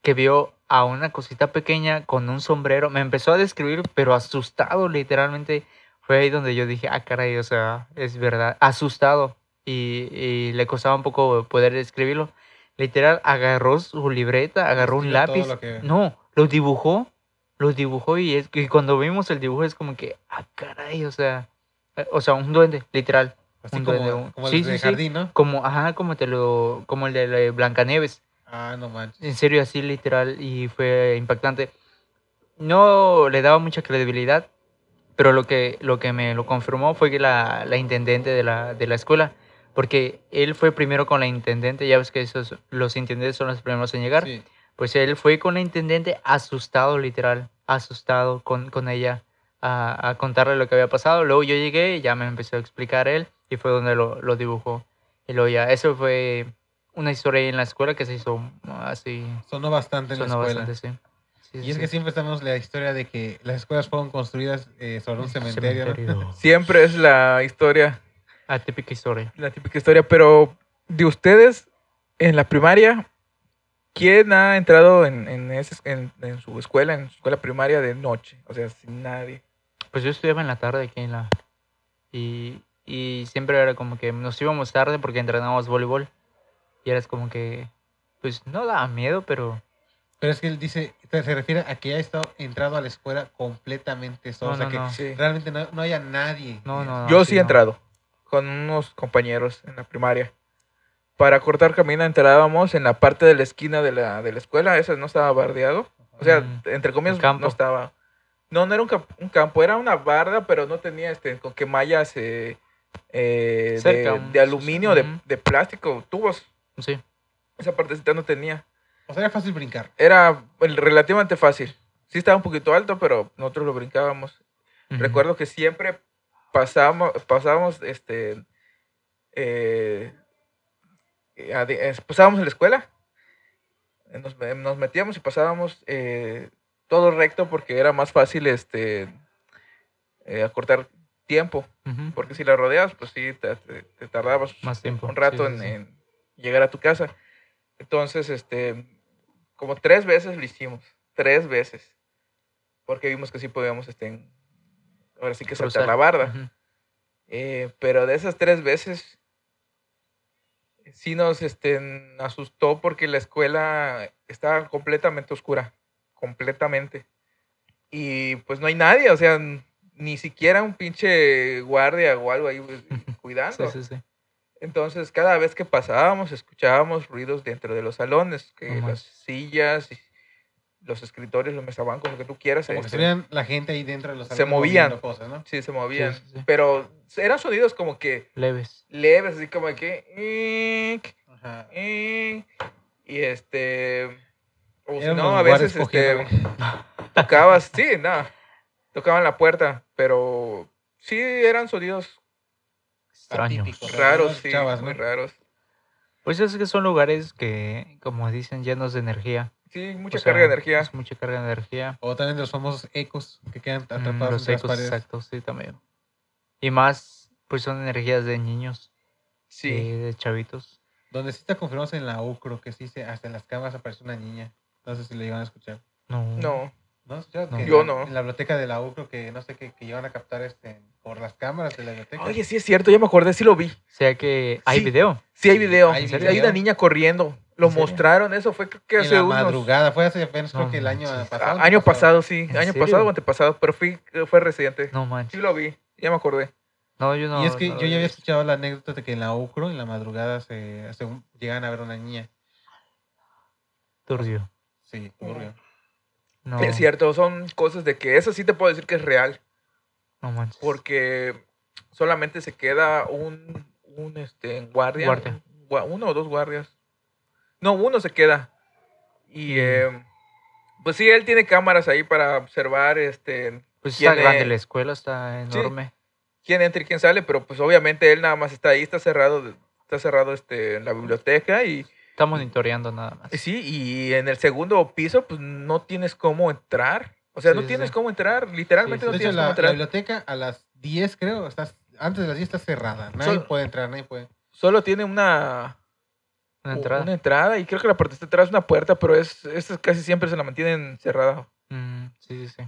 que vio a una cosita pequeña con un sombrero. Me empezó a describir, pero asustado, literalmente. Fue ahí donde yo dije, ah, caray, o sea, es verdad, asustado. Y, y le costaba un poco poder describirlo. Literal, agarró su libreta, agarró un
Escribió todo
lápiz.
lo que-
No, lo dibujó, lo dibujó y, es, y cuando vimos el dibujo es como que, ah, caray, o sea, eh, o sea, un duende, literal.
Así
Un duende, un-
como, como
sí,
el
sí,
de
sí.
jardín, ¿no?
Como, ajá, como te lo, como el de la de Blancanieves.
Ah, no manches.
En serio, así literal y fue impactante. No le daba mucha credibilidad, pero lo que, lo que me lo confirmó fue que la, la intendente de la, de la escuela, porque él fue primero con la intendente, ya ves que esos, los intendentes son los primeros en llegar.
Sí.
Pues él fue con la intendente asustado, literal, asustado con, con ella a, a contarle lo que había pasado. Luego yo llegué y ya me empezó a explicar él y fue donde lo, lo dibujó. Y luego ya, eso fue una historia ahí en la escuela que se hizo ah, así,
Sonó bastante en
sonó
la escuela.
bastante, sí. Sí, sí,
Y es que
sí.
siempre estamos la historia de que las escuelas fueron construidas eh, sobre un cementerio. ¿no?
Siempre es la historia,
Atípica historia.
la típica historia. Pero de ustedes, en la primaria, ¿quién ha entrado en, en, ese- en- en su escuela, en su escuela primaria de noche? O sea, sin nadie.
Pues yo estudiaba en la tarde aquí en la... Y, y siempre era como que nos íbamos tarde porque entrenábamos voleibol. Y eras como que, pues no daba miedo, pero...
Pero es que él dice, se se refiere a que ha estado entrado a la escuela completamente solo.
No,
o sea,
no,
que
no.
Sí.
realmente no, no haya nadie.
No, no, no,
Yo sí he
Ah, no.
entrado con unos compañeros en la primaria. Para cortar camino entrábamos en la parte de la esquina de la, de la escuela, eso no estaba bardeado. O sea,
Mm,
entre comillas,
un campo.
no estaba. No, no era un, cap- un campo, era una barda, pero no tenía este, con que mallas eh, eh,
Cerca,
de,
un-
de aluminio, de,
ujú.
de plástico, tubos.
Sí.
Esa partecita no tenía.
O sea, era fácil brincar.
Era el- relativamente fácil. Sí estaba un poquito alto, pero nosotros lo brincábamos.
Ujú.
Recuerdo que siempre pasamos, pasábamos, este, eh, a de- es- pasábamos en la escuela, eh, nos, me- nos metíamos y pasábamos eh, todo recto porque era más fácil, este, eh, acortar tiempo,
Ujú.
porque si la rodeas, pues sí, te, te- te tardabas
Más tiempo.
un
sí,
rato
sí,
en,
sí.
en llegar a tu casa. Entonces, este, como tres veces lo hicimos, tres veces, porque vimos que sí podíamos, este, ahora sí que saltar
Cruzar.
la barda.
Ujú.
Eh, pero de esas tres veces, sí nos este, n- asustó porque la escuela estaba completamente oscura, completamente. Y pues no hay nadie, o sea, n- ni siquiera un pinche guardia o algo ahí pues, cuidando.
Sí, sí, sí.
Entonces, cada vez que pasábamos, escuchábamos ruidos dentro de los salones, que
No
las
manches.
sillas, y los escritorios, los mesabancos, lo que tú quieras.
Como que
este,
estuvieran la gente ahí dentro de los
Se
salones
movían.
moviendo Cosas, ¿no?
sí, se movían.
sí, sí.
Pero eran sonidos como que
Leves.
leves, así como que. "Inc,
Ajá.
inc", Y este. O si
Eran
no,
los
a veces
guardias cogiendo,
este, tocabas. Sí, nada. tocaban la puerta, pero sí eran sonidos
Extraño.
Atípico. Pero
raros,
algunas
sí,
chavas,
muy
¿no?
raros.
Pues es que son lugares que, como dicen, llenos de energía.
Sí,
O
mucha
Pues
sea,
carga de energía.
es mucha carga de energía.
O también de los famosos ecos que quedan
Mm,
atrapados
los
entre las
ecos,
paredes.
exacto, sí, también. Y más, pues son energías de niños,
Sí,
de, de chavitos.
Donde sí está confirmado es en la UCRO, que sí, se, hasta en las camas aparece una niña. No sé si lo iban a escuchar.
No.
no.
¿No? has escuchado?
No.
Que en
Yo
la-
no.
En la biblioteca de la UCRO, que no sé, que, que iban a captar este, por las cámaras de la biblioteca.
Oye, sí es cierto, ya me acordé, sí lo vi.
O sea que hay
Sí.
video.
Sí hay video.
Hay
Hay,
video.
una niña corriendo. Lo
¿En serio?
mostraron, eso fue creo que
en
hace
la
unos-
madrugada, fue hace apenas creo
No
que el año
manches.
a-
pasado.
año pasado, sí.
¿En
Año
serio?
pasado o antepasado, pero fui, fue reciente.
No
Sí
manches.
lo vi, ya me acordé.
No, yo no.
Y es que
no lo
yo ya
vi.
había escuchado la anécdota de que en la UCRO, en la madrugada, se, se un- llegan a ver una niña.
Turbio.
Sí, ocurrió.
No,
Es cierto, son cosas de que eso sí te puedo decir que es real,
No manches.
porque solamente se queda un, un este, guardia,
Guardia.
un gua- uno o dos guardias. No, uno se queda.
Mm.
Y eh, pues sí, él tiene cámaras ahí para observar este,
Pues está
tiene-
grande la escuela, está
Sí.
enorme.
quién entra y quién sale, pero pues obviamente él nada más está ahí, está cerrado, está cerrado este, la biblioteca y
Está monitoreando nada más.
y sí, y en el segundo piso pues no tienes cómo entrar. O sea,
Sí,
no
sí,
tienes
sí.
cómo entrar, literalmente
Sí,
no
De hecho,
tienes
la,
cómo
la
entrar.
biblioteca a las 10, creo, está, antes de las 10 está cerrada. Nadie
Solo-
puede entrar, nadie puede.
Solo tiene una,
Una
u-
entrada.
una entrada, y creo que la parte de atrás es una puerta, pero es, estas casi siempre se la mantienen cerrada.
Mm, sí, sí, sí.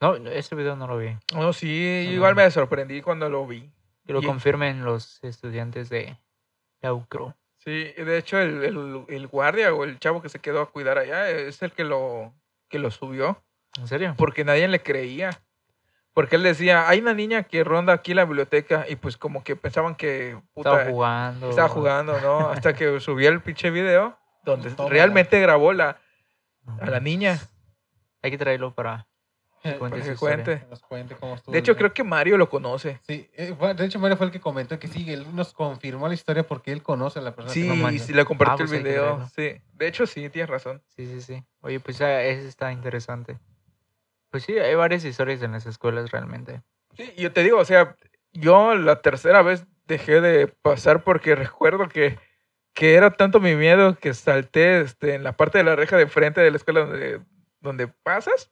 No, no, ese video no lo vi.
No, Oh, sí,
Ah.
igual me sorprendí cuando lo vi.
Que lo
Y-
confirmen los estudiantes de la UCRO.
Sí, y de hecho el, el- el guardia o el chavo que se quedó a cuidar allá es el que lo, que lo subió,
¿En serio?
porque nadie le creía. Porque él decía, hay una niña que ronda aquí la biblioteca, y pues como que pensaban que...
Estaba
puta,
jugando.
Estaba jugando, ¿no? Hasta que subí el pinche video donde
Tómala.
realmente grabó la,
No
a la niña.
Hay que traerlo para. Cuenta
Para
esa
que
historia.
cuente.
Nos cuente cómo estuvo.
De
el
hecho,
día.
creo que Mario lo conoce.
Sí, eh, fue- de hecho Mario fue el que comentó que sí, él nos confirmó la historia porque él conoce a la persona. que
Sí,
no
nos mandó.
y
manches.
sí, le compartió
Ah, pues
el
hay que
video.
traerlo.
Sí. De hecho, sí, tienes razón.
Sí, sí, sí. Oye, pues ah, ese está interesante. Pues sí, hay varias historias en las escuelas realmente.
Sí, y yo te digo, o sea, yo la tercera vez dejé de pasar porque recuerdo que, que era tanto mi miedo que salté este, en la parte de la reja de frente de la escuela donde, donde pasas.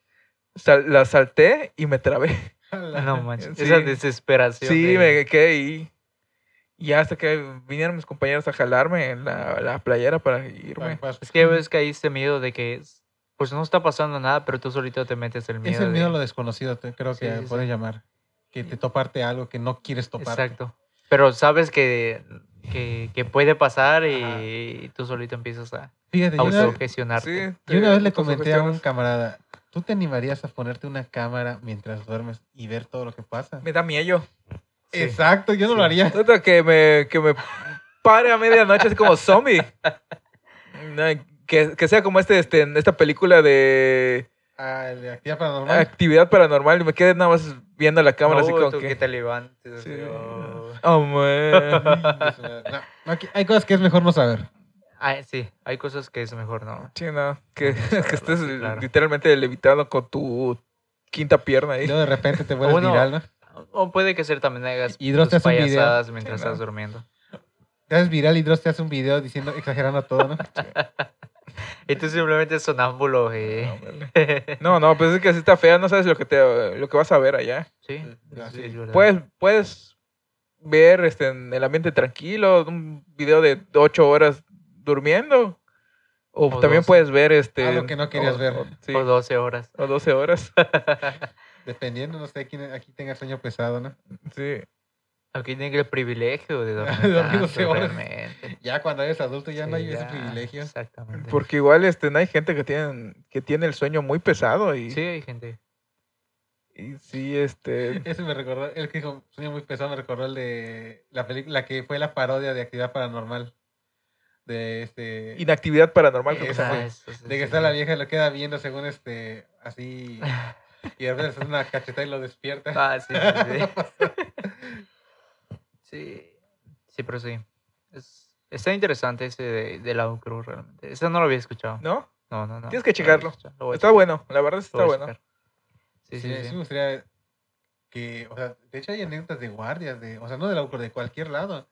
sal- la salté y me trabé.
No manches.
Sí.
Esa desesperación.
Sí,
de-
me quedé ahí. Y hasta que vinieron mis compañeros a jalarme en la, la playera para
Para-
irme.
para-
Es que ves que ahí este miedo de que. Pues no está pasando nada, pero tú solito te metes el miedo.
es el miedo a
de-
lo desconocido, te- creo
Sí,
que
sí, sí.
puedes llamar. Que te toparte algo que no quieres toparte.
Exacto. Pero sabes que, que, que puede pasar y,
Ajá.
tú solito empiezas a
Fíjate, yo una,
autogestionarte.
te-
yo una vez le
eh, tus
comenté a un
sugestiones.
camarada, ¿tú te animarías a ponerte una cámara mientras duermes y ver todo lo que pasa?
Me da miedo.
Sí.
Exacto, yo no lo
Sí.
haría.
Tanto que me, que me pare a medianoche así como zombie. No, Que, que sea como este, este, esta película de
Ah, el de actividad paranormal.
actividad paranormal y me quedé nada más viendo la cámara así
No,
como
Oh, tú
que...
que te levantes.
Sí.
oh.
Oh, man.
No, no, aquí- hay cosas que es mejor no saber.
Ah, sí, hay cosas que es mejor no.
Sí, no, que, que estés
claro.
literalmente levitado con tu quinta pierna
Y
ahí.
luego de repente te vuelves
Bueno,
viral, ¿no?
O puede que ser también hagas
Y Dross te
tus
hace un video.
payasadas mientras
Sí, ¿no?
estás durmiendo.
Te haces viral y Dross te hace un video diciendo, exagerando todo, ¿no?
Y tú simplemente es sonámbulo.
No,
eh.
hombre. No, no, pues es que si está fea, no sabes lo que, te, lo que vas a ver allá.
sí,
Ah,
sí,
sí.
es verdad.
Puedes, puedes ver este, en el ambiente tranquilo, un video de 8 horas durmiendo. O,
O
también
12.
puedes ver este.
Algo Ah, que no querías
o-
ver.
O, sí,
Por 12 horas.
o 12 horas.
Dependiendo, no sé, quién aquí tenga sueño pesado, ¿no?
Sí.
Aquí tiene el privilegio de dormir,
De dormir
tanto,
12 horas.
realmente.
Ya cuando eres adulto ya no
Sí,
hay ese
ya,
privilegio.
Exactamente.
Porque igual este, hay gente que tiene, que tiene el sueño muy pesado y
Sí, hay gente.
y sí este.
Eso me recordó, el que dijo sueño muy pesado me recordó el de la película, la que fue la parodia de Actividad Paranormal. De este...
Inactividad paranormal. que
Esa
pasa.
fue.
eso sí,
De que
sí,
está
sí.
la vieja y lo queda viendo según este, así, y de repente le hace una cachetada y lo despierta.
Ah, sí, sí, sí. sí. Sí, pero sí. Es- está interesante ese de, de la UCRU realmente. Ese no lo había escuchado.
¿No?
No, no, no.
Tienes que
no lo había
checarlo.
escuchado. Lo voy a
Está
checar,
bueno, la verdad es que
lo
está
voy a
bueno.
checar.
Sí,
Sí, sí,
sí
sí.
me gustaría que, o sea, de hecho hay anécdotas de guardias, de, o sea, no de la UCOR, de cualquier lado,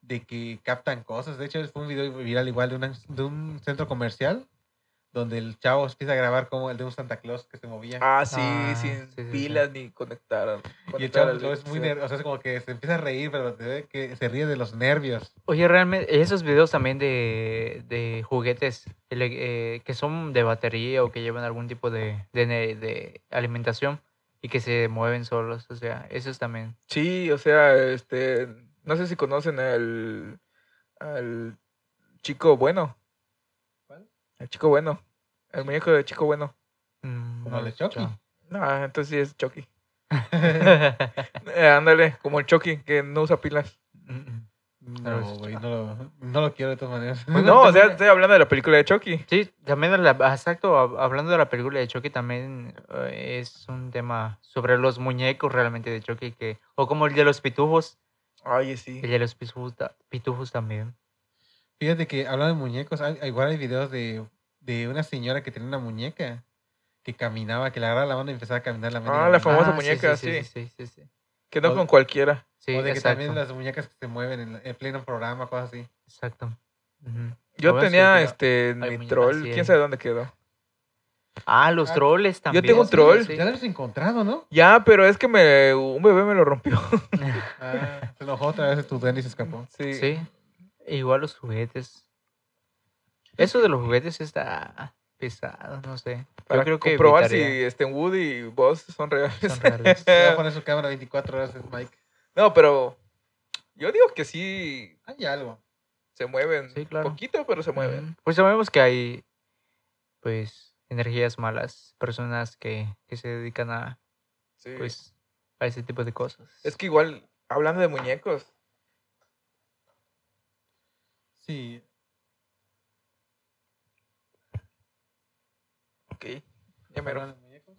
de que captan cosas. De hecho, fue un video viral igual de, una- de un centro comercial donde el chavo empieza a grabar como el de un Santa Claus que se movía.
Ah, sí,
Ah,
sin
sí, sí, sí.
pilas ni conectar.
y el
conectar
chavo
a la
luego es muy
electricidad.
nervioso, o sea, es como que se empieza a reír, pero se ve que se ríe de los nervios.
Oye, realmente, esos videos también de, de juguetes ele- eh, que son de batería o que llevan algún tipo de, de, ne- de alimentación y que se mueven solos, o sea, esos también.
Sí, o sea, este, no sé si conocen al, al chico bueno.
¿Cuál?
Al chico bueno. El muñeco de chico bueno.
mm,
Como
no
el de
lo he
Chucky.
No, ah, entonces sí es Chucky.
escuchado.
Eh, ándale, como el Chucky, que no usa pilas.
Mm, mm.
No,
lo has
güey, no lo, no lo quiero de todas maneras.
Bueno,
Pues no, o sea,
también-
estoy hablando de la película de Chucky.
Sí, también, la- exacto, hab- hablando de la película de Chucky, también eh, es un tema sobre los muñecos realmente de Chucky, que, o como el de los pitufos,
Oye, sí.
el de los pitufos, ta- pitufos también.
Fíjate que hablando de muñecos, hay- igual hay videos de, de una señora que tenía una muñeca que caminaba, que le agarraba la mano y empezaba a caminar la mano. y
Ah, la
caminaba.
famosa
sí,
muñeca,
sí. Sí, sí, sí, sí.
Que no
O-
con cualquiera.
Sí,
o de que también
exacto,
las muñecas que se mueven en, la- en pleno programa, cosas así.
exacto. Ujú.
Yo
Lo bueno es que
tenía
tenga-
este mi
muñecas,
troll,
sí,
quién
hay.
sabe dónde quedó.
Ah, los
Ah,
troles también.
tengo un
sí,
troll.
sí.
Ya lo hemos encontrado, ¿no?
Ya, pero es que me un bebé me lo rompió.
Ah, se enojó otra vez tu Dennis escapó.
Sí.
Sí, e igual los juguetes. Eso de los juguetes está pesado, no sé.
Para
Yo creo que
comprobar
evitaría-
si este Woody y vos son reales.
son reales.
Se va a poner su cámara 24 horas, Mike.
no, pero yo digo que sí
Hay algo.
se mueven.
Sí, claro.
Poquito, pero se mueven.
Ujú. Pues sabemos que hay, pues, energías malas, personas que, que se dedican a,
Sí.
pues, a ese tipo de cosas.
Es que igual, hablando de muñecos,
Sí.
ok. Ya mero,
¿Hablando de muñecos?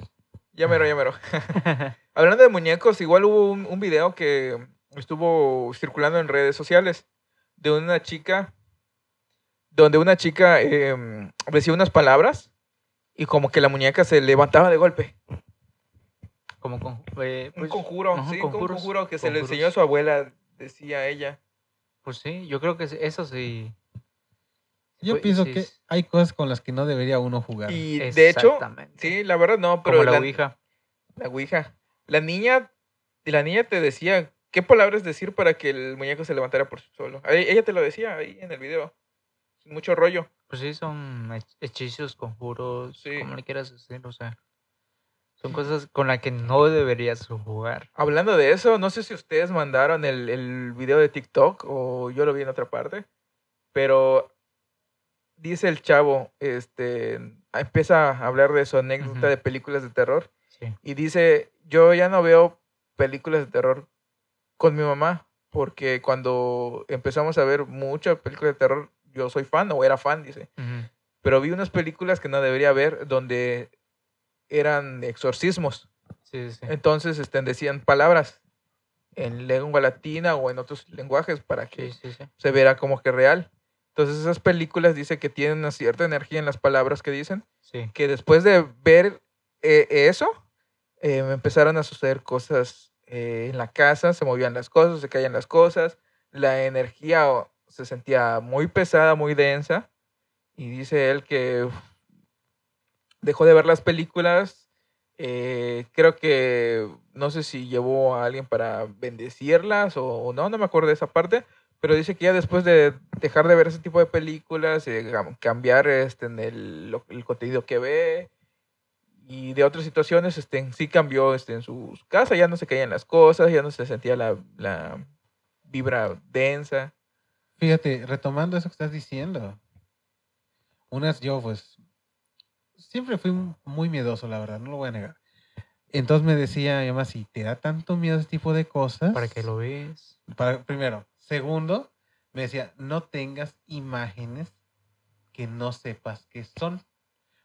ya mero, ya mero. Hablando de muñecos, igual hubo un, un video que estuvo circulando en redes sociales de una chica, donde una chica em, decía unas palabras y como que la muñeca se levantaba de golpe.
Como con, eh,
Un
pues,
conjuro,
ajá,
sí, un
conjuros,
conjuro que se le enseñó a
conjuros.
su abuela, decía ella.
pues sí, yo creo que es- eso sí.
Yo
Pues,
pienso
sí,
que
sí.
hay cosas con las que no debería uno jugar.
Y de hecho,
Exactamente.
sí, la verdad no, pero
Como la
la,
ouija.
la ouija. La niña, la niña te decía qué palabras decir para que el muñeco se levantara por sí solo. Ahí- Ella te lo decía ahí en el video. Sin mucho rollo.
Pues sí, son hech- hechizos, conjuros,
Sí.
como le quieras decir, o sea. Son cosas con las que no deberías jugar.
Hablando de eso, no sé si ustedes mandaron el, el video de TikTok o yo lo vi en otra parte, pero dice el chavo, este, empieza a hablar de su anécdota
Ujú.
de películas de terror
Sí.
y dice, yo ya no veo películas de terror con mi mamá, porque cuando empezamos a ver muchas películas de terror, yo soy fan o era fan, dice,
Ujú.
pero vi unas películas que no debería ver donde eran exorcismos.
Sí, sí, sí.
Entonces este, decían palabras en lengua latina o en otros lenguajes para que
Sí, sí, sí.
se viera como que real. Entonces esas películas dice que tienen una cierta energía en las palabras que dicen,
Sí.
que después de ver eh, eso, eh, me empezaron a suceder cosas eh, en la casa, se movían las cosas, se caían las cosas, la energía o- se sentía muy pesada, muy densa, y dice él que uf, dejó de ver las películas, eh, creo que no sé si llevó a alguien para bendecirlas o, o no, no me acuerdo de esa parte. Pero dice que ya después de dejar de ver ese tipo de películas, eh, gam- cambiar este, en el, lo- el contenido que ve, y de otras situaciones este, en sí cambió este, en su casa, ya no se caían las cosas, ya no se sentía la, la vibra densa.
Fíjate, retomando eso que estás diciendo, unas yo pues siempre fui m- muy miedoso, la verdad, no lo voy a negar. Entonces me decía mi mamá, si te da tanto miedo ese tipo de cosas,
¿Para qué lo ves?
para- primero, segundo, me decía, no tengas imágenes que no sepas que son.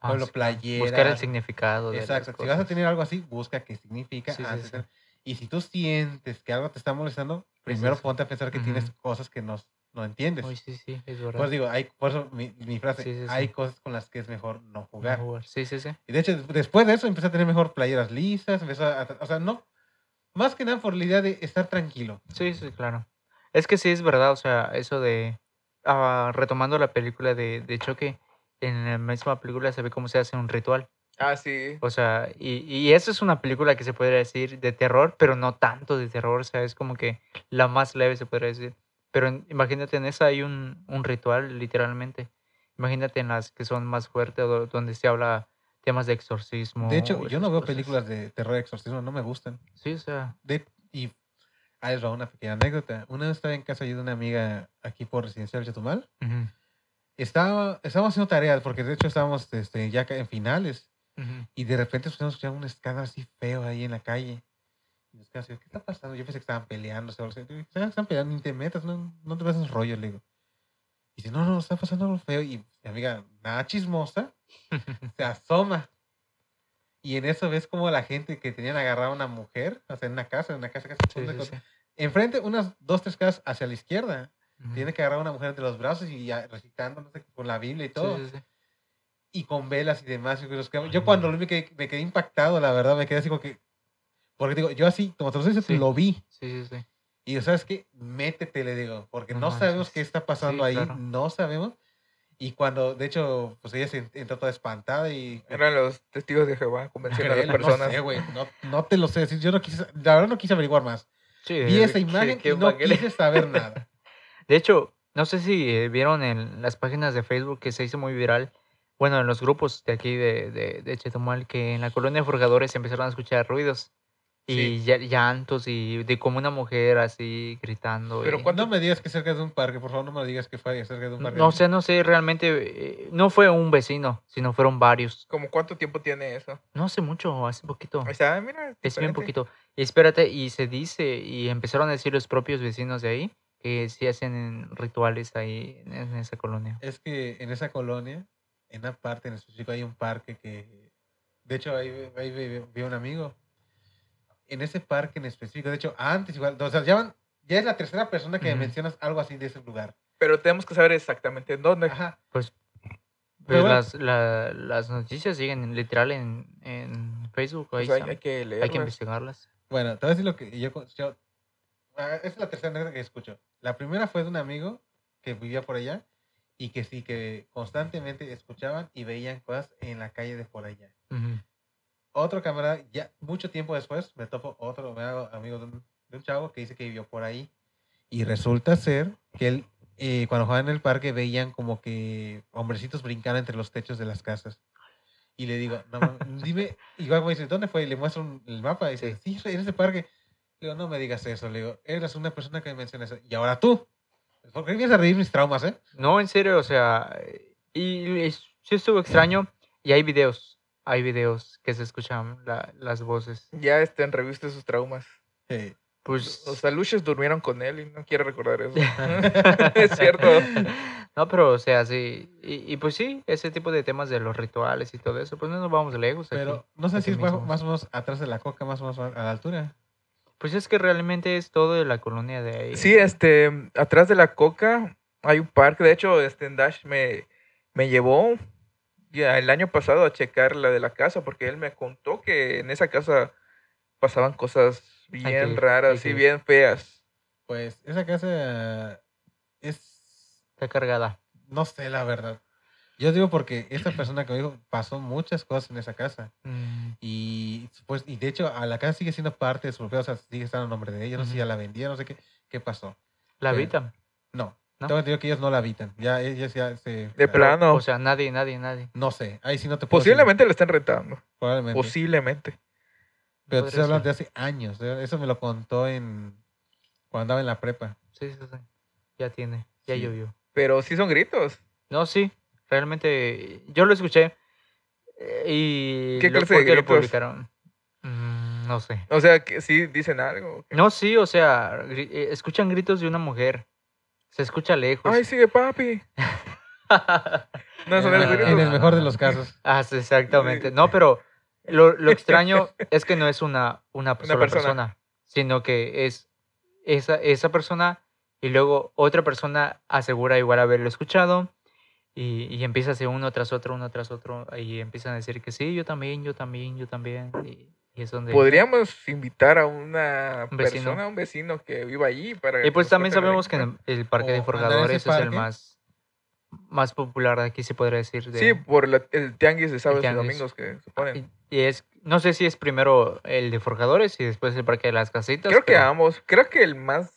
Ah,
Pueblo
sí, claro. Buscar el
playera.
significado de las
Exacto, si vas a
cosas.
tener algo así, busca qué significa
Sí, sí,
antes.
sí.
de- Y si tú sientes que algo te está molestando, primero
sí.
ponte a pensar que tienes
Ujú.
cosas que no, no entiendes.
Uy, sí, sí, es verdad.
Pues digo, hay, por eso mi, mi frase,
Sí, sí, sí.
hay cosas con las que es mejor no
No
jugar.
jugar. Sí, sí, sí.
Y de hecho, des- después de eso empecé a tener mejor playeras lisas, empecé a, a- o sea, no, más que nada por la idea de estar tranquilo.
Sí, sí, claro. Es que sí es verdad, o sea, eso de... ah, retomando la película de, de Choque, en la misma película se ve cómo se hace un ritual.
Ah, sí.
O sea, y, y eso es una película que se podría decir de terror, pero no tanto de terror, o sea, es como que la más leve se podría decir. Pero en- imagínate, en esa hay un, un ritual, literalmente. Imagínate en las que son más fuertes, o do- donde se habla temas de exorcismo.
De hecho,
o
yo no
esas
veo
cosas.
películas de terror y exorcismo, no me gustan.
Sí, o sea,
De, y ahí les va una pequeña anécdota. Una vez estaba en casa yo de una amiga aquí por Residencial Chetumal.
ujú,
Estaba, estábamos haciendo tareas, porque de hecho estábamos este, ya ca- en finales.
ujú.
Y de repente empezamos a escuchar un escándalo así feo ahí en la calle. Y nos quedamos así, ¿qué está pasando? Yo pensé que estaban peleándose. o algo así. Yo dije, "Ah, Están peleando, ni te metas, no, no te vas a esos rollos, le digo. Y dice, no, no, está pasando algo feo. Y mi amiga, nada chismosa, se asoma. Y en eso ves como la gente que tenían agarrada a una mujer, o sea, en una casa, en una casa que
Sí, sí, sí.
Enfrente, unas dos, tres casas hacia la izquierda.
Ujú.
Tiene que agarrar a una mujer entre los brazos y ya recitando, no sé, con la Biblia y
Sí,
todo
sí, sí.
y con velas y demás. y los que-
Ay,
Yo
no.
cuando lo vi me quedé, me quedé impactado, la verdad, me quedé así como que... Porque digo, yo así, como te lo estoy diciendo,
Sí.
lo vi.
Sí, sí, sí.
Y yo, ¿sabes qué? Métete, le digo, porque
No
no sabemos
manches.
qué está pasando
Sí,
ahí,
claro.
no sabemos. Y cuando, de hecho, pues ella se en- entró toda espantada y...
Eran los testigos de Jehová, convencieron a las
Créelo,
personas.
No sé, güey, no, no te lo sé decir. Yo no quise, la verdad no quise averiguar más.
Sí,
Vi esa
qué-
imagen
qué
y no
manguera.
quise saber nada.
De hecho, no sé si eh, vieron en las páginas de Facebook que se hizo muy viral, bueno, en los grupos de aquí de, de, de Chetumal, que en la colonia de forjadores empezaron a escuchar ruidos y
Sí.
lla- llantos y de como una mujer así gritando.
Pero
y-
¿cuánto-
No me digas que cerca de un parque, por favor, no me digas que fue cerca de un
No,
parque.
no sé, no sé, realmente eh, no fue un vecino, sino fueron varios.
¿Cómo cuánto tiempo tiene eso?
No hace mucho, hace poquito.
Ahí está, mira.
Es bien
diferente.
poquito. Y espérate, y se dice, y empezaron a decir los propios vecinos de ahí que sí hacen rituales ahí en- en esa colonia.
Es que en esa colonia, en una parte en específico, hay un parque que. De hecho, ahí, vi- ahí vi- vi un amigo. En ese parque en específico, de hecho, antes igual. O sea, ya, van- ya es la tercera persona que me
Ujú.
mencionas algo así de ese lugar.
Pero tenemos que saber exactamente en dónde.
Ajá.
Pues,
Pero
pues
bueno.
las, la- las noticias siguen en- literal en, en Facebook.
O
Pues Ahí
sea, pues, hay,
están.
hay que
hay,
leer.
que investigarlas.
Bueno, te voy a decir lo que yo. con- yo- ah, esa es la tercera anécdota que escucho. La primera fue de un amigo que vivía por allá y que sí, que constantemente escuchaban y veían cosas en la calle de por allá.
Ujú.
otro camarada, ya mucho tiempo después, me topo otro me hago amigo de un, de un chavo que dice que vivió por ahí. Y resulta ser que él, eh, cuando jugaba en el parque, veían como que hombrecitos brincaban entre los techos de las casas. Y le digo, no, mames, dime, igual me dice, ¿dónde fue? Y le muestro un- el mapa. Y dice, sí, en ese parque. Le digo, no me digas eso. Le digo, eres una persona que me menciona eso. Y ahora tú. ¿Por qué vienes a reír mis traumas, eh?
No, en serio, o sea, y, y sí estuvo extraño. Y hay videos, hay videos que se escuchan la- las voces.
Ya este, en revista sus traumas.
Sí.
Pues,
Los aluches durmieron con él y no quiere recordar eso. es cierto.
no, pero o sea, sí. Y, y pues sí, ese tipo de temas de los rituales y todo eso, pues no nos vamos lejos. aquí.
Pero no sé
aquí
si es bajo-
mismo.
más o menos atrás de la coca, más o menos a la altura.
Pues es que realmente es todo de la colonia de ahí.
Sí, este, atrás de la coca hay un parque. De hecho, este, en Dash me, me llevó ya el año pasado a checar la de la casa porque él me contó que en esa casa pasaban cosas
que
bien
ir, hay
raras
que
y
ir.
bien feas.
Pues esa casa es,
Está cargada.
no sé la verdad. Yo digo porque esta persona que me dijo pasó muchas cosas en esa casa
Mm.
y pues y de hecho a la casa sigue siendo parte de su propiedad, o sea, sigue estando a nombre de ella, no sé si
Ujú.
ya la vendía, no sé qué, qué pasó.
La
Pero-
habitan.
No,
¿No?
tengo entendido que ellos no la habitan, ya ellos ya se
De
la-
plano.
O sea, nadie, nadie, nadie.
No sé, ahí sí no
Pues
te puedo decir,
Posiblemente lo estén retando.
probablemente.
Posiblemente.
Pero te estoy
Podría
hablando de hace años, de- eso me lo contó en cuando andaba en la prepa.
Sí, sí, sí. Ya tiene, ya
Sí.
llovió.
Pero sí son gritos.
No, sí, realmente yo lo escuché eh, y
¿Qué
lo,
clase de
¿por qué lo
gritos?
publicaron. Mm, no sé.
O sea, que sí dicen algo.
No, sí, o sea, gri- eh, escuchan gritos de una mujer. Se escucha lejos.
Ay, sigue papi. No, son
en,
los
el-
gritos.
en el mejor de los casos.
Ah, sí,
Eh,
exactamente. No, pero lo, lo extraño es que no es una, una, sola persona.
persona.
sino que es esa, esa persona y luego otra persona asegura igual haberlo escuchado y, y empieza a hacer uno tras otro, uno tras otro y empiezan a decir que sí, yo también, yo también, yo también y, y es donde...
Podríamos invitar a una
Un vecino.
persona, a un vecino que viva allí para
Y pues
nos
también
cuente la
sabemos que
anécdota.
en el parque de
O andar en
forjadores
ese
es el
parque.
más, más popular de aquí, se podría decir. de-
Sí, por la- el tianguis de sábados y
tianguis. Ah,
domingos que se ponen.
y, y es, no sé si es primero el de forjadores y después el parque de las casitas.
Creo que
pero-
ambos. Creo que el más.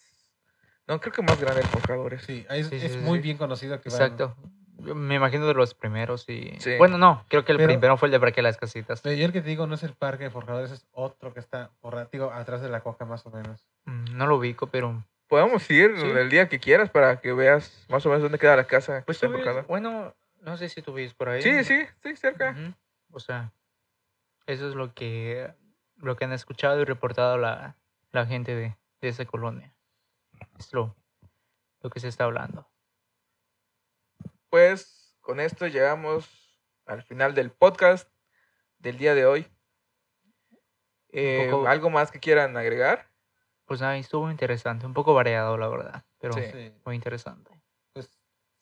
No, creo que más grande el forjadores.
Sí, es,
Sí, sí,
es
sí,
muy
sí.
bien conocido que van-
Exacto. Yo Me imagino de los primeros y...
Sí.
Bueno, no, creo que el
Pero-
primero fue el de Parque de las Casitas.
Pero yo el que te digo no es el parque de forjadores, es otro que está por ra- digo, atrás de la coca más o menos.
Mm, No lo ubico, pero...
Podemos ir
Sí.
el día que quieras para que veas más o menos dónde queda la casa.
Pues
de
tú ves-
Forjador.
bueno, no sé si tú vives por ahí.
Sí, sí, sí, cerca.
Ujú. O sea, eso es lo que, lo que han escuchado y reportado la, la gente de, de esa colonia. Es lo, lo que se está hablando.
Pues con esto llegamos al final del podcast del día de hoy. Eh,
poco-
¿Algo más que quieran agregar?
Pues nada, estuvo interesante, un poco variado, la verdad, pero
Sí.
Sí.
muy interesante.
Pues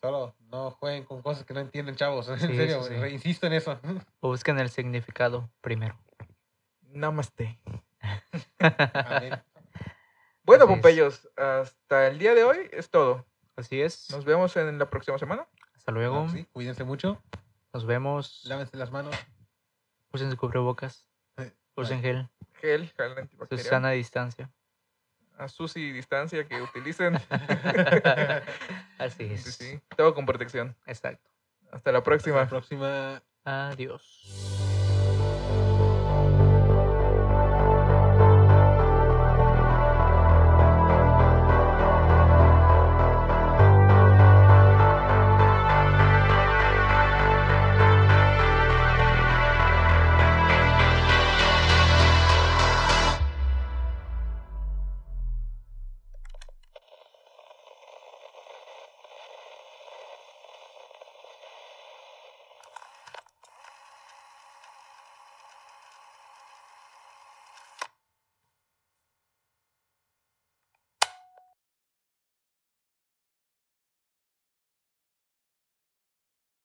solo no jueguen con cosas que no entienden, chavos. En
Sí, sí,
serio,
sí.
re- insisto en eso.
Busquen el significado primero.
Namaste.
Amén.
Bueno,
Así es.
Pompeyos, hasta el día de hoy es todo.
Así es.
Nos vemos en la próxima semana.
Hasta luego.
Ah, Sí, cuídense mucho,
Nos vemos.
lávense las manos.
Usen su cubrebocas.
Sí,
Usen gel.
Gel, gel
Su
antibacterial.
sana distancia.
A Susi distancia que utilicen.
Así es.
Sí, sí. Todo con protección.
Exacto.
Hasta la
Hasta la
próxima.
próxima.
Adiós.